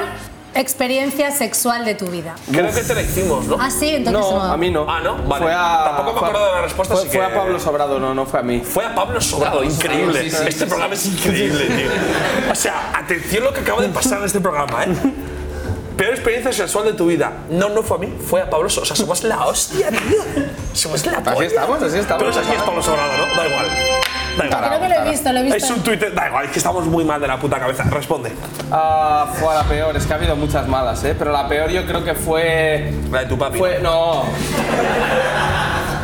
experiencia sexual de tu vida.
Creo que te la hicimos, ¿no?
Ah, sí, entonces
No,
no.
a mí no.
Ah, no, vale.
Fue a-
Tampoco me
fue a-
acuerdo de la respuesta,
Fue,
así
fue
que-
a Pablo Sobrado, no, no fue a mí.
Fue a Pablo Sobrado, increíble.
Sí, sí, sí,
este
sí.
programa es increíble, tío. O sea, atención lo que acaba de pasar en este programa, ¿eh? Peor experiencia sexual de tu vida. No, no fue a mí, fue a Pablo Sobrado. O sea, somos la hostia, tío. Somos la
Así
polla.
estamos, así estamos.
Pero es así es Pablo Sobrado, ¿no? Da igual. Da igual.
Creo que lo he visto, lo he visto.
Es un Twitter. Da igual, es que estamos muy mal de la puta cabeza. Responde.
Ah, fue la peor, es que ha habido muchas malas, ¿eh? Pero la peor yo creo que fue...
La de tu papi.
Fue, no.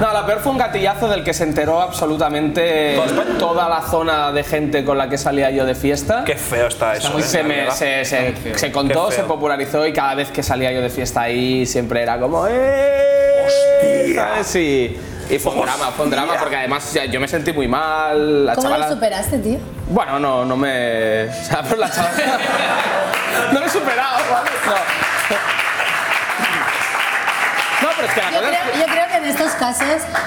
No, la peor fue un gatillazo del que se enteró absolutamente toda la zona de gente con la que salía yo de fiesta. Qué
feo está eso, ¿eh?
Se,
La
me-
verdad.
se- se-
feo.
se contó,
Qué
se
feo.
popularizó y cada vez que salía yo de fiesta ahí siempre era como ¡Eh! ¿Sabes? Y, y fue un drama, fue un drama porque además o sea, yo me sentí muy mal. La
¿Cómo
chavala-
lo superaste, tío?
bueno, no, no me. O sea, pero la chavala. no lo he superado, ¿vale? No. No, pero es que la
Yo
cosa es
creo, yo creo que en estos casos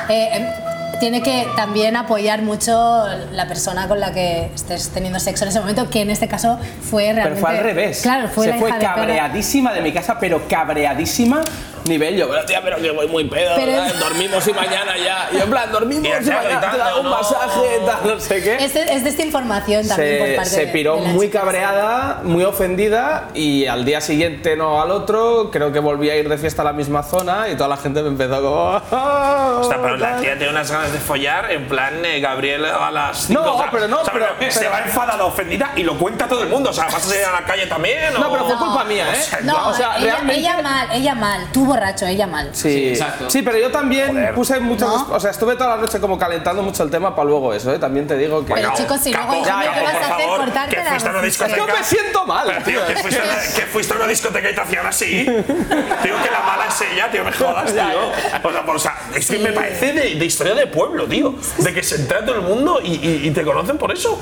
eh, em, tiene que también apoyar mucho la persona con la que estés teniendo sexo en ese momento, que en este caso fue realmente.
Pero fue al revés.
Claro, fue
Se
la
fue
hija de perra.
cabreadísima de, mi casa, pero cabreadísima. Nivel yo, pero tía, pero que voy muy pedo,
Pero
¿verdad?
es-
dormimos y mañana ya. Y yo, en plan, dormimos
Y
y,
acá
mañana te
gritando,
da un
no.
masaje, tal, no sé qué.
Es, de- es desinformación también por
se,
parte
se
de-
piró
de la
muy
chica.
cabreada, muy ofendida y al día siguiente no al otro, creo que volví a ir de fiesta a la misma zona y toda la gente me empezó como... "Oh".
O sea, pero la tía tiene unas ganas de follar, en plan, eh, Gabriel a las cinco,
No,
o sea,
pero no,
o sea,
pero-
Se
pero-
va enfadada, ofendida y lo cuenta todo el mundo. O sea, vas a salir a la calle también.
No,
o-
pero fue culpa mía, ¿eh?
O sea,
No,
O sea,
ella,
realmente-
ella mal, ella mal, tú borracho, ella mal.
Sí, Sí, pero yo también puse muchas...
No.
O sea, estuve toda la noche como calentando mucho el tema para luego eso, ¿eh? También te digo que...
Pero chicos, si luego
Capo,
dijimos
capo,
que vas
por
a hacer
favor,
cortarte
que
la
fuiste a una
resistencia.
discoteca.
Es que me siento mal,
Pues, Pero, tío, que
tío,
fuiste, a una, que fuiste a una discoteca y te hacían así. Digo que la mala es ella, tío, me jodas, tío. O sea, por- o sea, es que me parece de, de historia de pueblo, tío. De que se entera todo el mundo y, y- y te conocen por eso.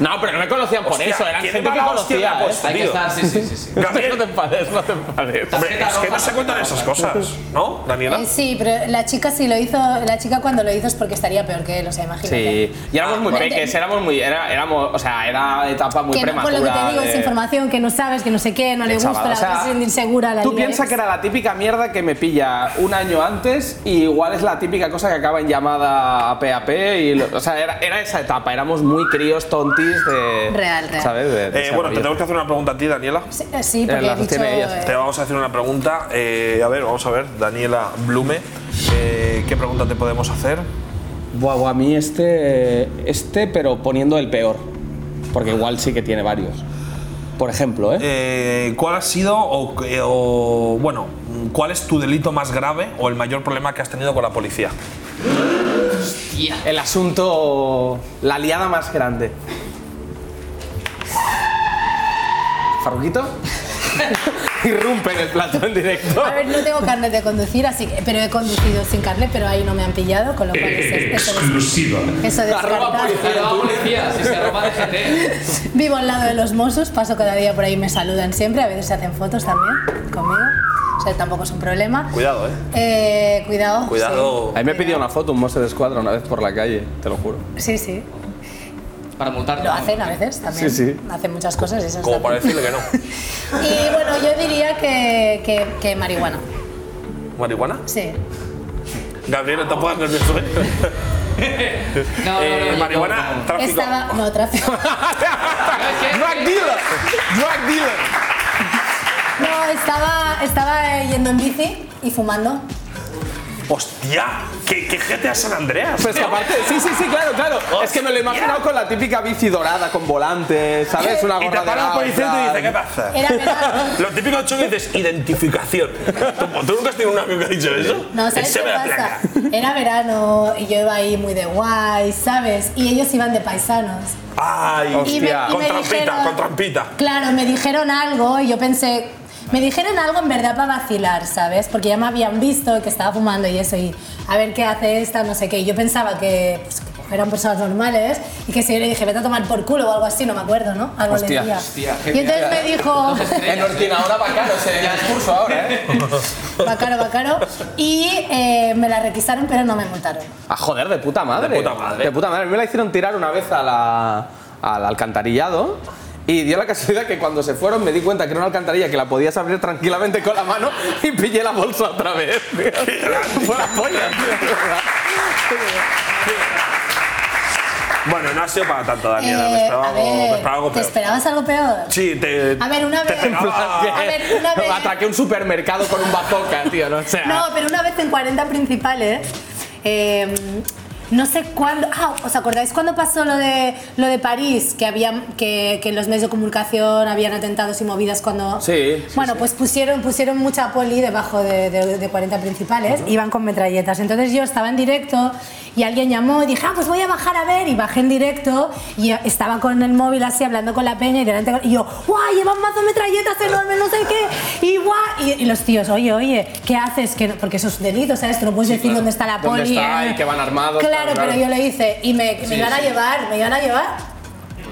No, pero no me conocían por
Hostia,
eso, eran
¿quién
gente
me
que
da hostia
conocía.
me ha
¿eh?
puesto,
Hay que
tío?
estar, sí, sí, sí. sí.
Gabriel.
No te enfades, no te enfades.
Hombre, es que no se cuentan esas cosas, ¿no, Daniela?
Eh, sí, pero la chica si lo hizo, la chica cuando lo hizo es porque estaría peor que él, o sea, imagínate.
Sí, y éramos muy
no te-
peques, éramos muy, era, éramos, o sea, era etapa muy
Ah, que no, por
prematura.
lo que te digo, es
de-
información que no sabes, que no sé qué, no
de
le gusta,
chaval,
la
o sea,
hace sentir segura. La
Tú
liga,
piensas
¿eh?
que era la típica mierda que me pilla un año antes y igual es la típica cosa que acaba en llamada a PAP y lo- o sea, era, era esa etapa, éramos muy críos, tontis de
Real, real.
¿sabes? De- de
Eh,
ese
bueno,
rollo.
te tenemos que hacer una pregunta a ti, Daniela.
Sí, eh, sí, porque he dicho... eh,
Te vamos a hacer una pregunta. eh, a ver, vamos a ver, Daniela Blume. eh, ¿Qué pregunta te podemos hacer?
Buah, buah, a mí este, este, pero poniendo el peor, porque igual sí que tiene varios. Por ejemplo, ¿eh?
Eh, ¿Cuál ha sido o, eh, o, bueno, cuál es tu delito más grave o el mayor problema que has tenido con la policía?
El asunto. La liada más grande. ¿Farruquito? Irrumpe en el plato en directo.
A ver, no tengo carnet de conducir, así que, pero he conducido sin carnet, pero ahí no me han pillado, con lo cual es- es- eso es- eso es descartado.
policía, si se arroba DGT.
Vivo al lado de los mozos, paso cada día por ahí, me saludan siempre, a veces se hacen fotos también conmigo, o sea, tampoco es un problema.
Cuidado, eh.
Eh, cuidado.
A mí me pidió una foto un monster de escuadra una vez por la calle, te lo juro.
Sí, sí.
Para multarte.
Lo hacen a veces también.
Sí, sí.
Hacen muchas cosas. Eso
Como
está-
para decirle que no.
Y bueno, yo diría que, que, que marihuana.
¿Marihuana?
Sí.
Gabriel, tampoco es nervioso. ¿eh? Eh, marihuana, tráfico.
Estaba. No, tráfico.
¡Drug dealer! ¡Drug dealer!
No, estaba, estaba eh, yendo en bici y fumando.
¡Hostia! ¿Qué, qué GTA San Andreas?
Pues que aparte, sí, sí, sí, claro, claro.
Oh,
Es que me lo he imaginado con la típica bici dorada, con volante, ¿sabes? Una
Y
gorra de
te para la policía y te dice, ¿qué pasa?
Era verano.
Lo típico hecho que dices, identificación. ¿Tú, tú nunca has tenido un amigo que ha dicho eso?
No, ¿sabes
Ese
qué
me la
pasa?
placa.
Era verano y yo iba ahí muy de guay, ¿sabes? Y ellos iban de paisanos.
¡Ay!
Y me- y me
con trampita,
dijeron-
con trampita.
Claro, me dijeron algo y yo pensé, me dijeron algo en verdad para vacilar, ¿sabes? Porque ya me habían visto que estaba fumando y eso, y a ver qué hace esta, no sé qué. Y yo pensaba que, pues, que eran personas normales y que si yo le dije, vete a tomar por culo o algo así, no me acuerdo, ¿no? Algo le
Hostia,
decía.
hostia, qué
y entonces
mierda.
me dijo,
En ordenadora bacano, se el discurso ahora, ¿eh?
eh,
bacaro, bacaro, y eh, me la requisaron, pero no me multaron.
Ah, joder, de puta madre.
De puta madre.
De puta madre. A mí Me la hicieron tirar una vez a la- al alcantarillado. Y dio la casualidad que cuando se fueron me di cuenta que era una alcantarilla que la podías abrir tranquilamente con la mano y pillé la bolsa otra vez. tío. Fue la polla, tío.
Bueno, no ha sido para tanto, Daniela. me
Eh,
esperaba
a
algo, me
ver,
esperaba algo
¿Te
peor.
esperabas algo peor?
Sí, te.
A ver, una
te
vez-
pegaba-
A ver, una vez-
Atraqué un supermercado con un bazooka, tío. No, o sea,
No, pero una vez en 40 principales, eh, no sé cuándo. Ah, ¿os acordáis cuándo pasó lo de lo de París? Que había que, que en los medios de comunicación habían atentados y movidas cuando.
Sí, sí,
Bueno, pues pusieron, pusieron mucha poli debajo de, de- de 40 principales, iban con metralletas. Entonces yo estaba en directo y alguien llamó y dije, ah, pues voy a bajar a ver. Y bajé en directo y estaba con el móvil así hablando con la peña y delante. Y yo, guau, llevan más de metralletas enormes, no sé qué. Y guau. Y, y los tíos, oye, oye, ¿qué haces? Que no- porque eso es delito, ¿sabes? Tú no puedes decir dónde está la poli.
¿Dónde está?
eh.
Y que van armados,
Claro,
claro,
pero yo
claro.
lo hice y me, me
Sí,
iban a
sí.
llevar, me iban a llevar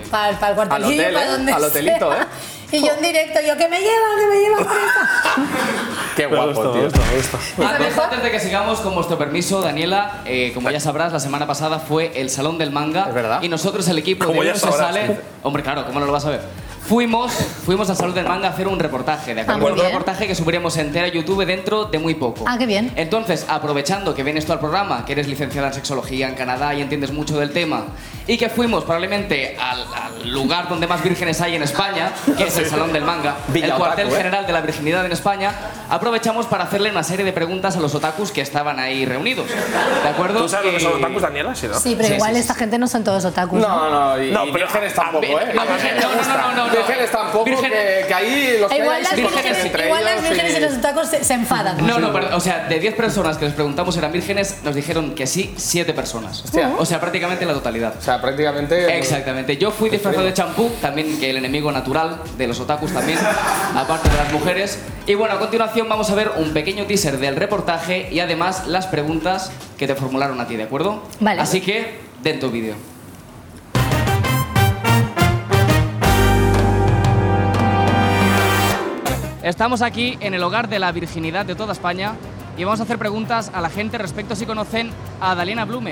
para el
Al
cuartelillo,
hotel,
para
¿eh?
donde
Al
sea.
hotelito, ¿eh?
Y yo en directo, yo que me llevan, que me llevan presa.
qué guapo, tío.
Antes, antes de que sigamos, con vuestro permiso, Daniela, eh, como ya sabrás, la semana pasada fue el Salón del Manga. Y nosotros, el equipo
Como
de
ya
No se
sabrás.
sale. Hombre, claro, ¿cómo no lo vas a ver? Fuimos, fuimos al Salón del Manga a hacer un reportaje, ¿de
Ah,
acuerdo?
muy
un
bien.
reportaje que subiremos entera a YouTube dentro de muy poco.
Ah, qué bien.
Entonces, aprovechando que vienes tú al programa, que eres licenciada en sexología en Canadá y entiendes mucho del tema, y que fuimos probablemente al, al lugar donde más vírgenes hay en España, que es el Salón del Manga,
Villa
el
Otaku,
cuartel
¿eh?
general de la virginidad en España, aprovechamos para hacerle una serie de preguntas a los otakus que estaban ahí reunidos. ¿De acuerdo? Eh,
¿Tú sabes lo que son los
Y-
tacos, Daniela? Sí, ¿no?
Eh, Sí, pero
Sí,
igual
sí,
esta gente no son todos otakus.
No, no, y,
No,
y
pero-
vírgenes tampoco, ¿eh?
a virgen- no, no, no, no, no.
Vírgenes tampoco,
Virgen-
que, que ahí los que
Igual
hay
las
se conocen
vírgenes,
entre
igual las
ellos
vírgenes y los otakus se, se enfadan.
No, no, pero, o sea, de 10 personas que les preguntamos eran vírgenes, nos dijeron que sí 7 personas.
Hostia.
O sea, prácticamente la totalidad.
O sea, prácticamente.
Exactamente. Yo fui disfrazado de champú, también que el enemigo natural de los otakus también, aparte de las mujeres. Y bueno, a continuación vamos a ver un pequeño teaser del reportaje y además las preguntas que te formularon a ti, ¿de acuerdo?
Vale.
Así que, dentro vídeo. Estamos aquí en el hogar de la virginidad de toda España y vamos a hacer preguntas a la gente respecto a si conocen a Dalena Blume.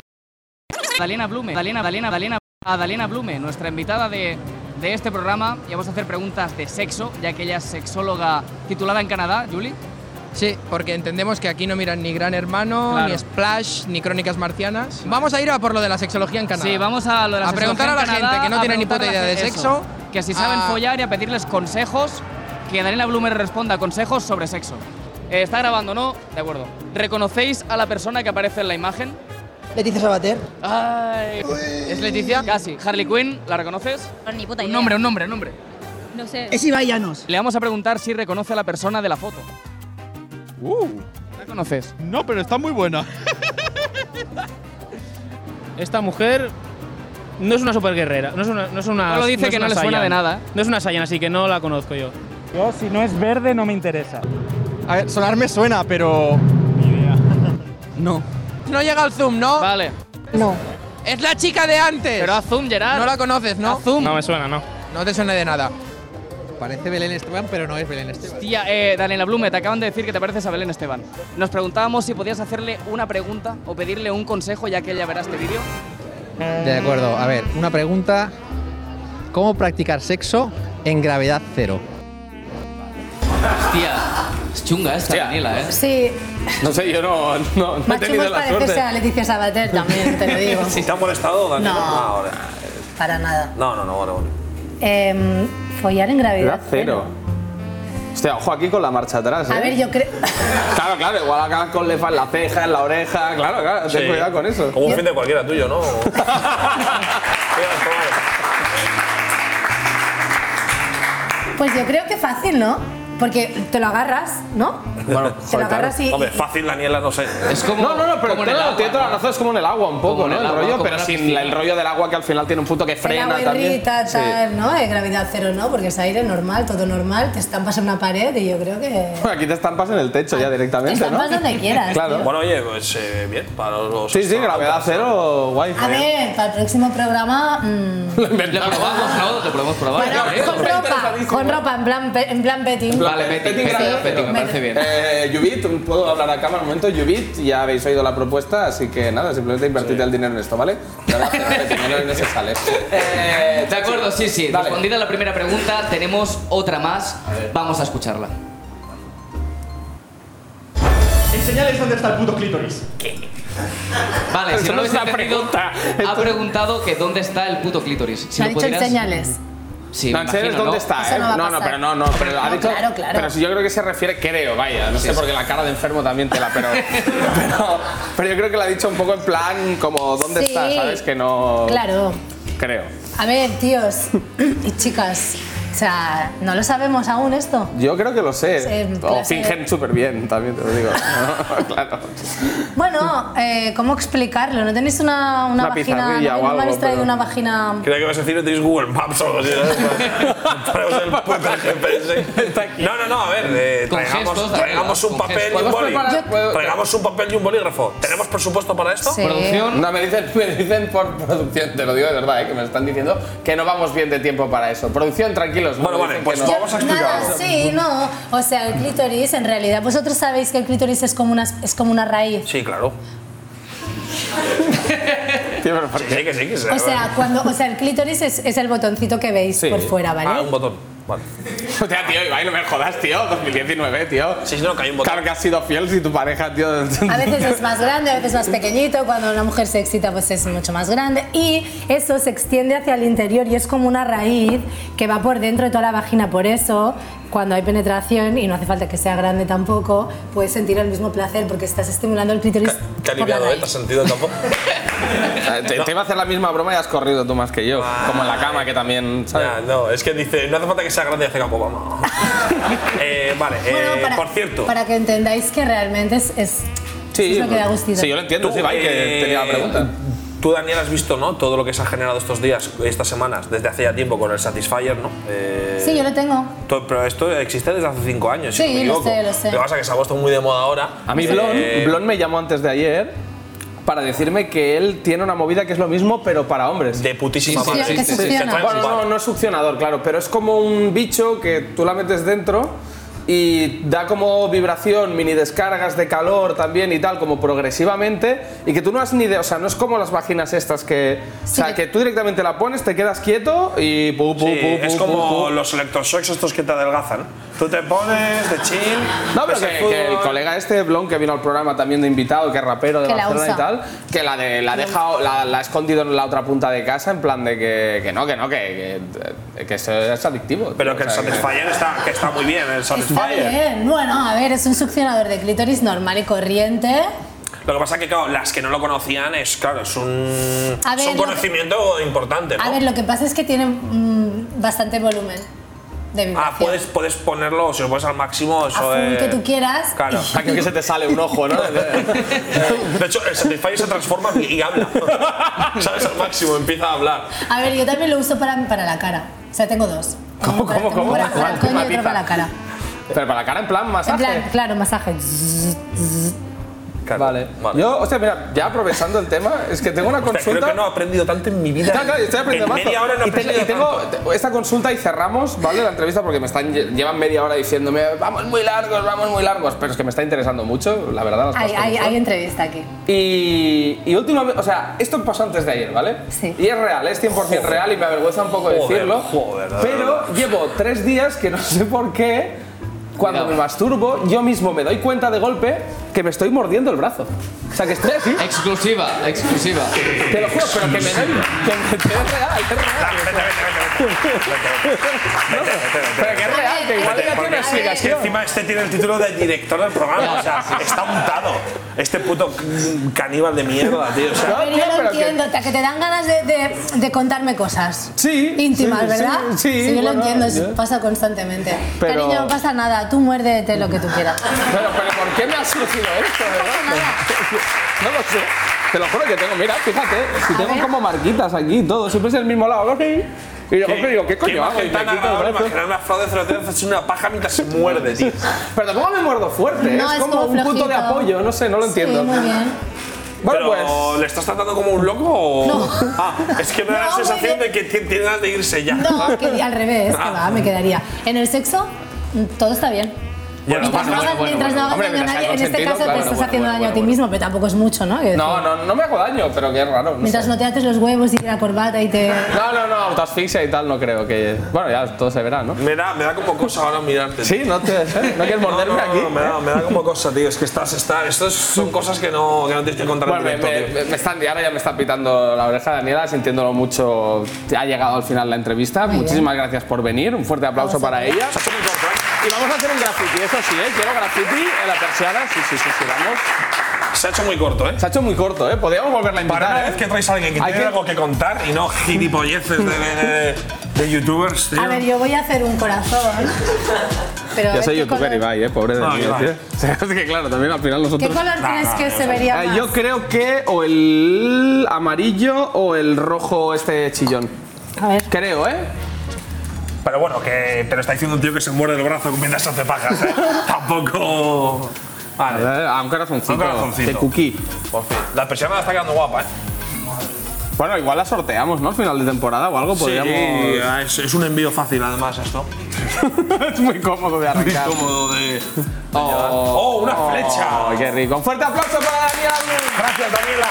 Dalena Blume, Dalena, Dalena, Dalena, a Dalena Blume, nuestra invitada de, de este programa. Y vamos a hacer preguntas de sexo, ya que ella es sexóloga titulada en Canadá, Julie.
Sí, porque entendemos que aquí no miran ni Gran Hermano,
Claro.
ni Splash, ni Crónicas Marcianas. Vamos a ir a por lo de la sexología en Canadá.
Sí, vamos a lo de la
A preguntar a la gente que no tiene ni puta idea de sexo. Ah.
que si saben
a-
follar y a pedirles consejos, que Daniela Blumer responda consejos sobre sexo. Eh, ¿Está grabando no? De acuerdo. ¿Reconocéis a la persona que aparece en la imagen?
Leticia Sabater.
Ay. ¿Es Leticia? Casi. ¿Harley Quinn? ¿La reconoces?
Ni puta
Un nombre, un nombre, un nombre.
No sé.
Le vamos a preguntar si reconoce a la persona de la foto. ¿La conoces?
No, pero está muy buena.
Esta mujer no es una superguerrera, no es una... No es una
Solo dice
es
que no
una
le suena
Saiyan.
de nada, ¿eh?
No es una Saiyan, así que no la conozco yo.
Yo, si no es verde, no me interesa. A ver, sonar me suena, pero. Ni idea. No.
No llega al Zoom, ¿no?
Vale.
No. Es la chica de antes. Pero
a Zoom, Gerard.
No la conoces, ¿no?
Zoom.
No me suena, no.
No te suena de nada. Parece Belén Esteban, pero no es Belén Esteban.
Tía, eh, Daniela Blume, te acaban de decir que te pareces a Belén Esteban. Nos preguntábamos si podías hacerle una pregunta o pedirle un consejo, ya que ella verá este vídeo.
De acuerdo, a ver, una pregunta. ¿Cómo practicar sexo en gravedad cero?
Hostia, es chunga esta Daniela, ¿eh?
Sí,
No sé, yo no, no, no he
más chungo
tenido
es
la suerte.
parecerse a Leticia Sabater también, te lo digo.
Si te ha molestado, Dani.
No.
ahora.
Para nada.
No, no, no, bueno, bueno.
Em, follar en gravedad.
Era cero. Hostia, ojo aquí con la marcha atrás. ¿eh?
A ver, yo creo.
Claro, claro, igual acá con lefa en la ceja, en la oreja. Claro, claro, ten
Sí.
cuidado con eso.
Como un fin de cualquiera tuyo, ¿no?
Pues yo creo que fácil, ¿no? Porque te lo agarras, ¿no?
Bueno,
Se lo agarras y-
Hombre, fácil, Daniela, no sé.
Es como, no, no, no, pero no, no, tiene toda la razón, es como en el agua un poco,
Como en
¿no?
el
El,
agua,
rollo,
como
pero
en la
sin
piscina.
el rollo del agua que al final tiene un punto que frena
el agua
también.
irrita,
Sí.
tal, ¿no? De gravedad cero, ¿no? Porque es aire normal, todo normal, te estampas en una pared y yo creo que.
Aquí te estampas en el techo ya directamente,
Te Ah, estampas
¿no?
donde quieras,
Claro.
Bueno, oye, pues eh, bien, para los.
Sí, sí, gravedad cero, guay.
A ver, para el próximo programa. mm,
Lo probamos, ¿no? Lo podemos probar.
¿eh?
con ropa, con ropa, en plan, pe- en plan petting.
bien. Eh, Yubit, puedo hablar a cámara un momento. Yubit, ya habéis oído la propuesta, así que nada, simplemente invertid el dinero en esto, ¿vale? Dinero en ese sales.
Eh, de acuerdo, sí, sí. Respondida la primera pregunta, tenemos otra más. Vamos a escucharla.
Enseñales dónde está el puto clítoris.
Vale, si
Eso
no lo
no es
habéis
una
entendido, ha preguntado que dónde está el puto clítoris. Si
Se ha
lo
dicho en
pudieras...
señales.
Sí,
no,
me
en serio,
imagino,
¿dónde
¿no?
está?
Eso
eh?
no va a
no,
pasar.
pero no, no. Pero, ha
No,
dicho-
claro, claro.
pero si yo creo que se refiere, creo, vaya, no
Sí,
sé,
sí.
porque la cara de enfermo también te la, pero, pero, pero yo creo que lo ha dicho un poco en plan, como, ¿dónde
Sí.
está? ¿Sabes? Que no.
Claro.
Creo.
A ver, tíos y chicas, o sea, no lo sabemos aún esto.
Yo creo que lo sé.
Sí,
o
claro.
fingen súper bien, también te lo digo. claro.
Bueno, eh, ¿cómo explicarlo? ¿No tenéis una, una,
Una
vagina?
pizarrilla
¿No,
o
no me
algo,
habéis traído
pero-
una vagina?
Creo que vas a decir que tenéis Google Maps o algo así, ¿sabes? Traemos el puto GPS. No, no, no, a ver, eh,
Con
traigamos,
gestos, dale,
traigamos
con
un papel
gestos.
y un boli.
¿Podemos preparar- puedo-
Traigamos un papel y un bolígrafo. ¿Tenemos presupuesto para esto?
No, me dicen, me dicen por producción, te lo digo de verdad, eh, que me están diciendo que no vamos bien de tiempo para eso. Producción, tranquilos.
Bueno, vale, pues vamos a
Nada, sí, no. O sea, el clítoris, en realidad, vosotros sabéis que el clítoris es como una, es como una raíz.
Sí, claro. sí, sí, que sí, que sí.
O sea, cuando, o sea, el clítoris es, es el botoncito que veis
Sí.
por fuera, ¿vale?
Ah, un botón. Vale.
Hostia, tío, Ibai, no me jodas, tío. 2019, tío.
Sí, sí, no, que hay un botón.
Claro que has sido fiel si tu pareja, tío.
A veces es más grande, a veces más pequeñito. Cuando una mujer se excita, pues es mucho más grande. Y eso se extiende hacia el interior y es como una raíz que va por dentro de toda la vagina. Por eso, cuando hay penetración, y no hace falta que sea grande tampoco, puedes sentir el mismo placer porque estás estimulando el clítoris.
Qué aliviado, ¿eh? ¿Te has sentido tampoco?
Eh, Te, te iba a hacer la misma broma y has corrido tú más que yo. Como en la cama, que también. ¿sabes?
Ah, Ya, no, es que dice, no hace falta que sea grande y hace campo, vamos. Eh, vale, eh, por cierto.
Para que entendáis que realmente es, es- es lo que da gustito.
yo lo entiendo, pues, sí, Ibai,
eh,
que tenía la pregunta.
Tú, Daniel, has visto ¿no? todo lo que se ha generado estos días, estas semanas, desde hace ya tiempo con el Satisfyer, ¿no? Eh,
Sí, yo lo tengo.
to- Pero esto existe desde hace 5 años, si
Sí,
no me
lo
equivoco.
sé, lo sé.
Lo que pasa es que se ha puesto muy de moda ahora. Eh,
A mí, Blon, Blon me llamó antes de ayer para decirme que él tiene una movida que es lo mismo, pero para hombres. De
putísima Sí, madre. sí, que succiona.
Bueno, no, no es succionador, claro, pero es como un bicho que tú la metes dentro. y da como vibración, mini descargas de calor también y tal, como progresivamente, y que tú no has ni idea, o sea, no es como las máquinas estas que, o sea, que tú directamente la pones, te quedas quieto y pu, pu,
Sí,
pu, pu,
es
pu,
como
pu.
los electroshocks estos que te adelgazan. Tú te pones de chill.
No, pero
ves
que,
fútbol.
que Pues el colega este, Blon, que vino al programa también de invitado, que es rapero de
Que la
Barcelona
usa.
y tal, que la, de, la, ha dejado, la, la ha escondido en la otra punta de casa, en plan de que, que no, que no, que, que, que eso es adictivo.
Pero que el Satisfyer está, que está muy bien, el
Está
Satisfyer.
bien. Bueno, a ver, es un succionador de clítoris normal y corriente.
Lo que pasa es que, claro, las que no lo conocían es, claro, es un,
A
es
ver,
un
lo que-
conocimiento importante, ¿no?
A ver, lo que pasa es que tiene mm, bastante volumen de
Ah,
vibración.
puedes, puedes ponerlo, si lo pones al máximo, eso
full
es.
que tú quieras.
Claro.
Aquí que se te sale un ojo, ¿no?
De hecho, el Satisfyer se transforma y y habla. ¿Sabes? Al máximo, empieza a hablar.
A ver, yo también lo uso para, para la cara. O sea, tengo dos.
¿Cómo,
Uno para-
cómo, cómo?
Uno para,
Matiza.
el coño y otro para la cara.
Pero para la cara, en plan, masaje.
En plan, claro, masaje.
Vale. Yo, hostia, mira, ya aprovechando el tema, es que tengo una
Hostia,
consulta.
creo que no he aprendido tanto en mi vida.
Ya, claro, estoy aprendiendo
En
mazo.
media hora no he
y, te-
aprendido
y tengo
tanto.
esta consulta y cerramos, ¿vale? La entrevista porque me están lle- llevan media hora diciéndome, vamos muy largos, vamos muy largos, pero es que me está interesando mucho, la verdad. las cosas
Hay,
como
hay,
son.
hay entrevista aquí.
Y, y últimamente, o sea, esto pasó antes de ayer, ¿vale? Sí. Y es real, es 100% real y me avergüenza un poco
Joder,
decirlo.
joder, de verdad.
pero llevo tres días que no sé por qué, cuando me masturbo, yo mismo me doy cuenta de golpe que me estoy mordiendo el brazo. O sea, que estoy así.
Exclusiva, exclusiva.
Te lo juro, pero que me doy. Que me, que es real, es real. Pero que es real, que igual ya tiene
Porque es que
explicación.
encima este tiene el título de director del programa, o sea, está untado. Este puto caníbal de mierda, tío. O sea,
Pero yo lo entiendo, que... que te dan ganas de, de- de contarme cosas.
Sí.
Íntimas,
sí,
¿verdad?
sí, sí,
yo
bueno,
lo entiendo,
yo-
eso pasa constantemente.
Pero-
Cariño, no pasa nada, tú muérdete lo que tú quieras.
Pero, pero ¿por qué me ha surgido esto, de verdad? No lo sé. Te lo juro que tengo, mira, fíjate, si tengo como marquitas aquí y todo, siempre es el mismo lado. ¿ok? Y de golpe digo, ¿qué coño hago? Y
imagen
me
tan
quito el
agradable
brazo.
imaginar una fraude de cerotero hacerse una paja mientras se muerde, tío.
Pero tampoco me muerdo fuerte, ¿eh?
No,
es,
es
como,
como
un punto de
flojito.
apoyo, no sé, no lo entiendo.
Sí, muy bien.
Bueno, pues-
Pero, ¿le estás tratando como un loco o.?
No.
Ah, es que me da la
No, muy
sensación de que tiene tiene ganas de irse ya.
No, que al revés, que
Ah.
va, me quedaría. En el sexo, mm, todo está bien.
Ya,
Mientras
bueno,
no hagas,
bueno,
mientras no
bueno.
hagas
Hombre,
daño a
mientras
nadie,
haya
en este
consentido,
caso
claro,
te estás
bueno,
haciendo
bueno,
daño a ti mismo, pero tampoco es mucho, ¿no? Quiero
No,
decir,
no, no me hago daño, pero que es raro. No, sé.
Mientras no te ates los huevos y la corbata y te.
no, no, no, autoasfixia y tal, no creo que. Bueno, ya todo se verá, ¿no?
Me da, me da como cosa ahora mirarte.
Sí, no te. No quieres morderme
no,
aquí. ¿eh?
no, me, da, me da como cosa, tío. Es que estás, estás. Estas son cosas que no, que no tienes que contar
Bueno, me,
en directo,
me- me están, ahora ya me está pitando la oreja Daniela, sintiéndolo mucho. Ha llegado al final la entrevista. Muchísimas gracias por venir. Un fuerte aplauso para ella. Y vamos a hacer un graffiti, eso sí, ¿eh? Quiero graffiti en la persiana. Sí, sí, sí, sí, vamos.
Se ha hecho muy corto, ¿eh?
Se ha hecho muy corto, ¿eh? Podríamos volverla a invitar.
Para una
¿eh?
vez que traes a alguien que
Hay
tiene
que-
algo que contar y no gilipolleces de, de, de youtubers, tío.
A ver, yo voy a hacer un corazón. Pero a
Ya
ver
soy
qué
youtuber
color-
Ibai, ¿eh? Pobre de
No,
mí,
Ibai.
tío. O sea, es que claro, también al final nosotros...
¿Qué color crees que se vería
Eh,
más?
yo creo que o el amarillo o el rojo este chillón.
A ver.
Creo, ¿eh?
Pero bueno, que. Pero está diciendo un tío que se muerde el brazo mientras hace pajas. ¿eh? Tampoco. Vale.
A ver, a un corazoncito.
Un corazoncito.
De cookie.
Por fin. Pues La persiana está quedando guapa, ¿eh?
Bueno, igual la sorteamos, ¿no? Al final de temporada o algo podríamos...
Sí, es, es un envío fácil además esto.
es muy cómodo de arrancar.
Muy cómodo de.
Oh,
una flecha.
Oh, qué rico. Un fuerte aplauso para Daniela.
Gracias, Daniela.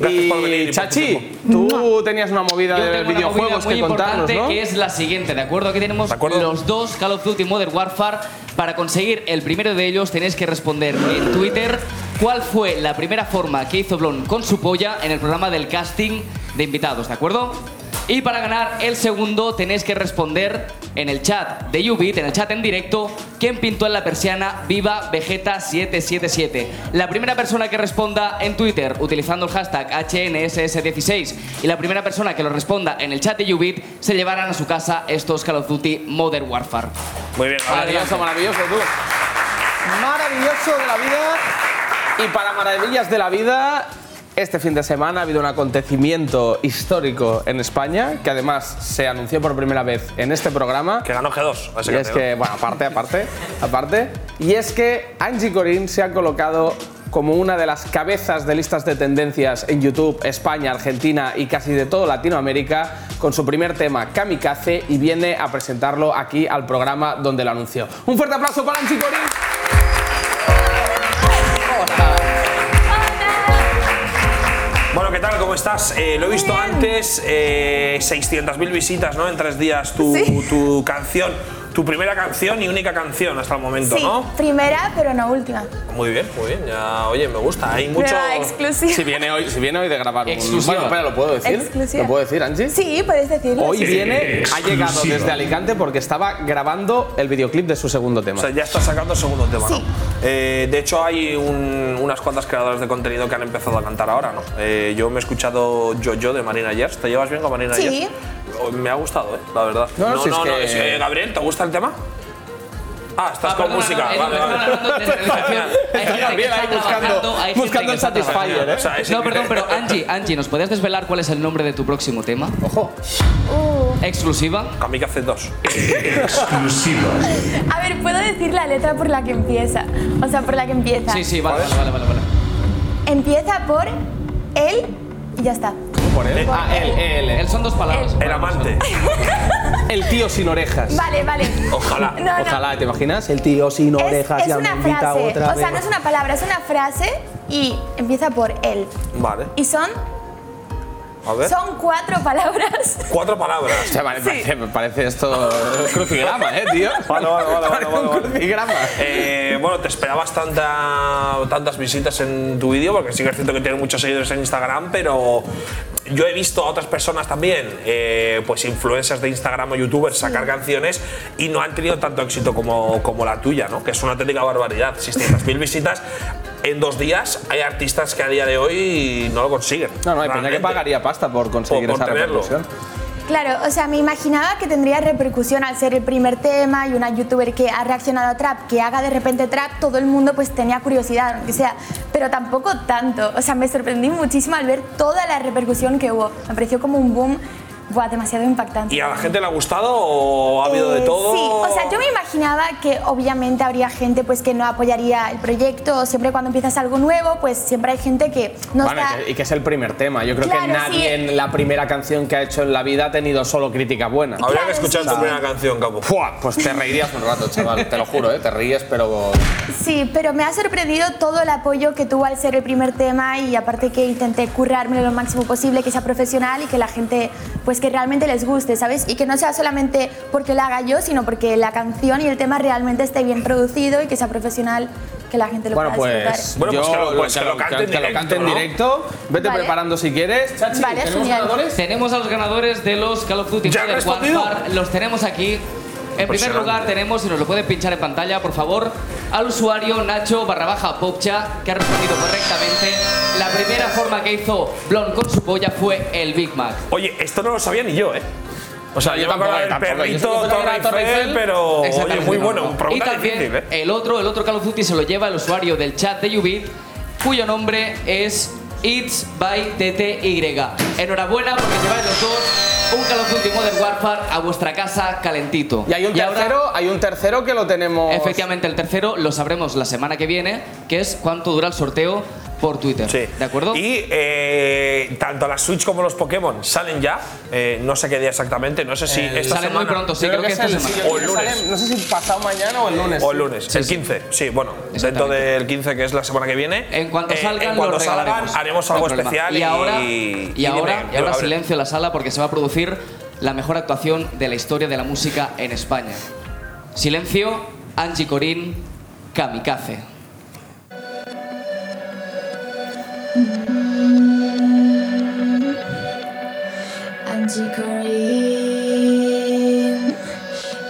y Chachi, tú tenías una movida
Yo
de
tengo una
videojuegos
movida
que
muy
contarnos,
importante
¿no?
que es la siguiente, ¿de acuerdo? Aquí tenemos los dos Call of Duty Modern Warfare. Para conseguir el primero de ellos tenéis que responder en Twitter cuál fue la primera forma que hizo Blon con su polla en el programa del casting de invitados, ¿de acuerdo? Y para ganar el segundo tenéis que responder en el chat de Ubit, en el chat en directo, quién pintó en la persiana Viva Vegeta 777. La primera persona que responda en Twitter utilizando el hashtag HNSS16 y la primera persona que lo responda en el chat de Ubit se llevarán a su casa estos Call of Duty Modern Warfare.
Muy bien,
Maravilloso, maravilloso, tú. Maravilloso de la vida. Y para maravillas de la vida, este fin de semana ha habido un acontecimiento histórico en España que además se anunció por primera vez en este programa.
Que ganó G2.
Y es que, bueno, aparte, aparte, aparte. Y es que Angie Corín se ha colocado como una de las cabezas de listas de tendencias en YouTube, España, Argentina y casi de todo Latinoamérica con su primer tema, Kamikaze, y viene a presentarlo aquí al programa donde lo anunció. Un fuerte aplauso para Anchi Corín.
Bueno, ¿qué tal? ¿Cómo estás? Eh, lo he visto antes, eh, 600.000 visitas, ¿no? En tres días tu, tu canción, tu primera canción y única canción hasta el momento,
sí,
¿no?
primera, pero no última.
Muy bien, muy bien. Ya, oye, me gusta. Hay mucho.
Nueva exclusiva.
Si viene hoy, si viene hoy de grabar un-
Exclusiva.
Bueno, espera, ¿lo puedo decir?
Exclusiva.
¿Lo puedo decir, Angie?
Sí, puedes decirlo.
Hoy
sí.
viene, ha llegado
Exclusiva.
desde Alicante porque estaba grabando el videoclip de su segundo tema.
O sea, ya está sacando el segundo tema, ¿no?
Sí.
Eh, de hecho, hay un- unas cuantas creadoras de contenido que han empezado a cantar ahora, ¿no? Eh, yo me he escuchado Yo Yo de Marina Yers. ¿Te llevas bien con Marina
Sí.
Yers? Oh, Me ha gustado, ¿eh? La verdad.
No, si es
no,
que-
es que, eh, Gabriel, ¿te gusta el tema? Ah, estás
Ah,
con
perdona,
música.
no,
vale,
no, no, no,
vale.
no,
Hay gente que
Gabriel
está
ahí buscando-
trabajando, hay gente
buscando
que
el
está
Satisfyer,
trabajando.
¿eh? O sea, es
No, perdón,
increíble.
pero Angie, Angie, ¿nos podías desvelar cuál es el nombre de tu próximo tema?
Ojo.
Exclusiva.
Kamikaze 2.
Exclusiva.
A ver, puedo decir la letra por la que empieza. O sea, por la que empieza.
Sí, sí, vale, vale, vale, vale.
Empieza por él y ya está.
Por él. Ah, él, él. Él
son dos palabras.
Eh, El amante.
El tío sin orejas.
Vale, vale.
Ojalá.
No, no.
Ojalá, ¿te imaginas? El tío sin orejas
Es
ya
una
me invita
frase.
otra
O sea,
vez.
no es una palabra, es una frase y empieza por él.
Vale.
Y son,
A ver.
son cuatro palabras.
Cuatro palabras.
Hostia, vale, parece, parece esto un crucigrama, ¿eh, tío?
Vale, vale, vale, vale,
Parece
vale,
un
vale.
crucigrama.
Eh, bueno, te esperabas tanta, tantas visitas en tu vídeo, porque sí que es cierto que tienes muchos seguidores en Instagram, pero yo he visto a otras personas también, eh, pues influencers de Instagram o youtubers sacar canciones y no han tenido tanto éxito como, como la tuya, ¿no? Que es una auténtica barbaridad. 600.000 visitas en dos días, hay artistas que a día de hoy no lo consiguen.
No, no, hay peña que
Realmente.
pagaría pasta por conseguir
Por- por
esa
tenerlo.
repercusión.
Claro, o sea, me imaginaba que tendría repercusión al ser el primer tema y una youtuber que ha reaccionado a trap, que haga de repente trap, todo el mundo pues tenía curiosidad, aunque sea, pero tampoco tanto. O sea, me sorprendí muchísimo al ver toda la repercusión que hubo. Me pareció como un boom, buah, demasiado impactante.
¿Y a la gente le ha gustado o ha habido de
Eh,
todo?
Sí, o sea, yo me imaginaba que obviamente habría gente pues que no apoyaría el proyecto. Siempre cuando empiezas algo nuevo, pues siempre hay gente que no
Bueno,
está.
y que, y que es el primer tema. Yo creo que
Claro,
nadie
sí.
en la primera canción que ha hecho en la vida ha tenido solo crítica buena.
Habría que escuchar tu
O sea,
primera canción, Capo.
¡fua! Pues te reirías un rato, chaval. Te lo juro, ¿eh? Te ríes, pero...
Sí, pero me ha sorprendido todo el apoyo que tuvo al ser el primer tema y aparte que intenté currármelo lo máximo posible, que sea profesional y que la gente, pues que realmente les guste, ¿sabes? Y que no sea solamente porque la haga yo, sino porque la canción y el tema realmente esté bien producido y que sea profesional, que la gente lo
Bueno,
pueda disfrutar.
pues,
Bueno, pues
yo
que lo- pues que lo cante en
que lo cante en
directo,
directo. Vete
Vale.
preparando si quieres. Chachi,
Vale,
¿tenemos
genial.
ganadores?
Tenemos a los ganadores de los Call of Duty
¿Ya
Modern
han respondido?
Warfare. Los tenemos aquí. En primer
Impresionante.
lugar tenemos, si nos lo pueden pinchar en pantalla, por favor, al usuario Nacho barra baja Popcha, que ha respondido correctamente. La primera forma que hizo Blon con su polla fue el Big Mac.
Oye, esto no lo sabía ni yo, ¿eh? O sea,
No,
yo
yo
me acuerdo del
tampoco, yo
perrito
solo
Torre
conozco la Torre
Eiffel,
Eiffel.
pero oye,
Exactamente,
muy
no,
bueno,
no. Y
pregunta
también
difícil, ¿eh?
el otro, el otro Call of Duty se lo lleva el usuario del chat de Ubit, cuyo nombre es It's by TTY. Enhorabuena porque lleváis los dos un Call of Duty Modern Warfare a vuestra casa calentito.
Y hay un
ahora,
tercero, hay un tercero que lo tenemos.
efectivamente, el tercero lo sabremos la semana que viene, que es cuánto dura el sorteo por Twitter.
Sí.
¿De acuerdo?
Y eh, tanto la Switch como los Pokémon salen ya, eh, no sé qué día exactamente, no sé si esta
salen Eh, muy
semana
pronto, sí, creo que
es
esta
el-
semana.
sí, yo
O
creo
el
que
lunes.
sale- No sé si pasado mañana o el lunes.
o el lunes, el 15, sí, bueno, dentro
Exactamente.
del 15 que es la semana que viene.
En cuanto
Eh,
salgan,
en cuanto
los
salgan,
regalaremos.
haremos
No hay
algo
problema.
especial
Y ahora,
y,
y,
y
ahora,
dime,
y ahora
Gabriel.
silencio en la sala porque se va a producir la mejor actuación de la historia de la música en España. Silencio, Angie Corín, Kamikaze.
Angie Corín.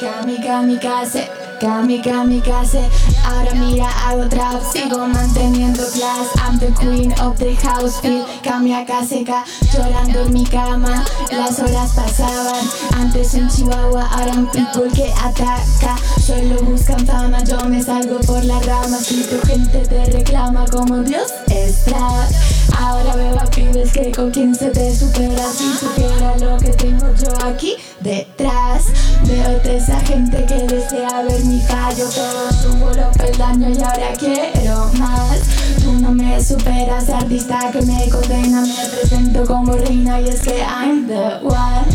Kami, kamikaze, kami, kamikaze. Ahora mira, hago trap, sigo manteniendo class. I'm the queen of the house, feel kamikaze, ka. Llorando en mi cama, las horas pasaban. Antes un chihuahua, ahora un pitbull que ataca. Solo buscan fama, yo me salgo por la rama. Si tu gente te reclama como Dios es trap. Ahora veo a pibes que con 15 te superas Si supiera lo que tengo yo aquí detrás Veo de esa gente que desea ver mi fallo Pero subo los peldaños y ahora quiero más Tú no me superas, artista que me condena Me presento como reina y es que I'm the one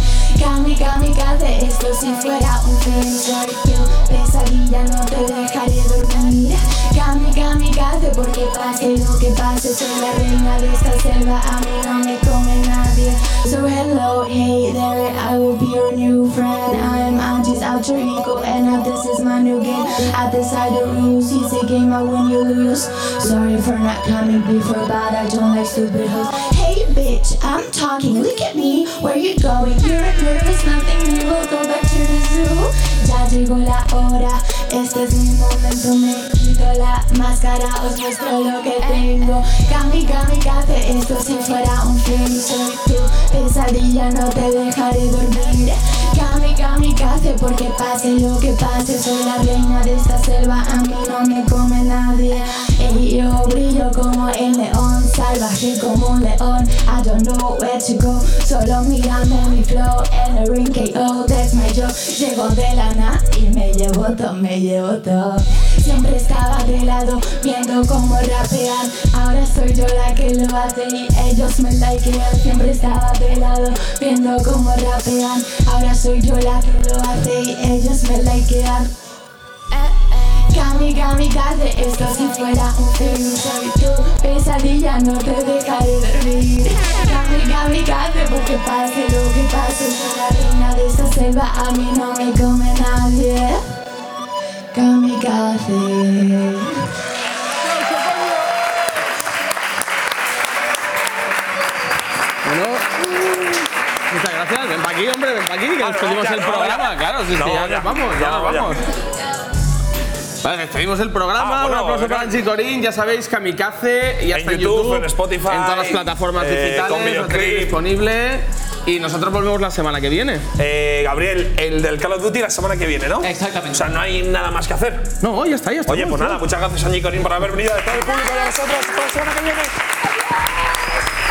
Kami kamikaze, esto si fuera un film Soy tu pesadilla, no te dejaré dormir Kami kamikaze, porque pase lo que pase Soy la reina de esta selva, a mí no me come nadie So hello, hey there, I will be your new friend I'm Angie's alter ego and now this is my new game I decide the rules, it's a game I win, you lose Sorry for not coming before, but I don't like stupid hoes Hey bitch, I'm talking, look at me, where you going? You're nervous, nothing new, we'll go back to the zoo Ya llegó la hora, este es mi momento, me quito la máscara, os muestro lo que tengo Cami, cami, cate, esto si fuera un film, soy tu pesadilla, no te dejaré dormir Cami, cami, cate, porque pase lo que pase, soy la reina de esta selva, a mí no me come nadie Y yo brillo como el león, salvaje como un león, I don't know where to go, solo mírame mi flow, en el ring KO, desmayo, llego de la nada y me llevo todo, me llevo todo. Siempre estaba de lado, viendo cómo rapean, ahora soy yo la que lo hace y ellos me likean. Siempre estaba de lado, viendo cómo rapean, ahora soy yo la que lo hace y ellos me likean. Cami, cami, casi esto si fuera un film Soy tu pesadilla, no te dejaré dormir Cami, cami, casi porque pase lo que pase Soy la reina de esta selva, a mí no me come nadie Cami, casi
Bueno, muchas gracias. Ven para aquí, hombre, ven para aquí, que despedimos
ya
el
Ah, no,
programa.
ya.
Claro, sí, sí,
No,
ya,
ya.
nos vamos, ya
Ya,
nos
ya.
vamos. Vale, despedimos el programa.
Ah, bueno,
un aplauso
venga.
para Angie Torín. Ya sabéis, Kamikaze. Ya
En
está en
YouTube,
YouTube,
en Spotify,
En todas las plataformas
eh,
digitales.
con
lo tenéis
videoclip.
disponible. Y nosotros volvemos la semana que viene.
Eh, Gabriel, el del Call of Duty la semana que viene, ¿no? Exactamente. O sea, no hay nada más que hacer.
No, ya está, ya está.
Oye, pues
ya
nada,
está.
muchas gracias, Angie Corín, por haber venido de todo el público y a vosotros. Hasta la semana que viene.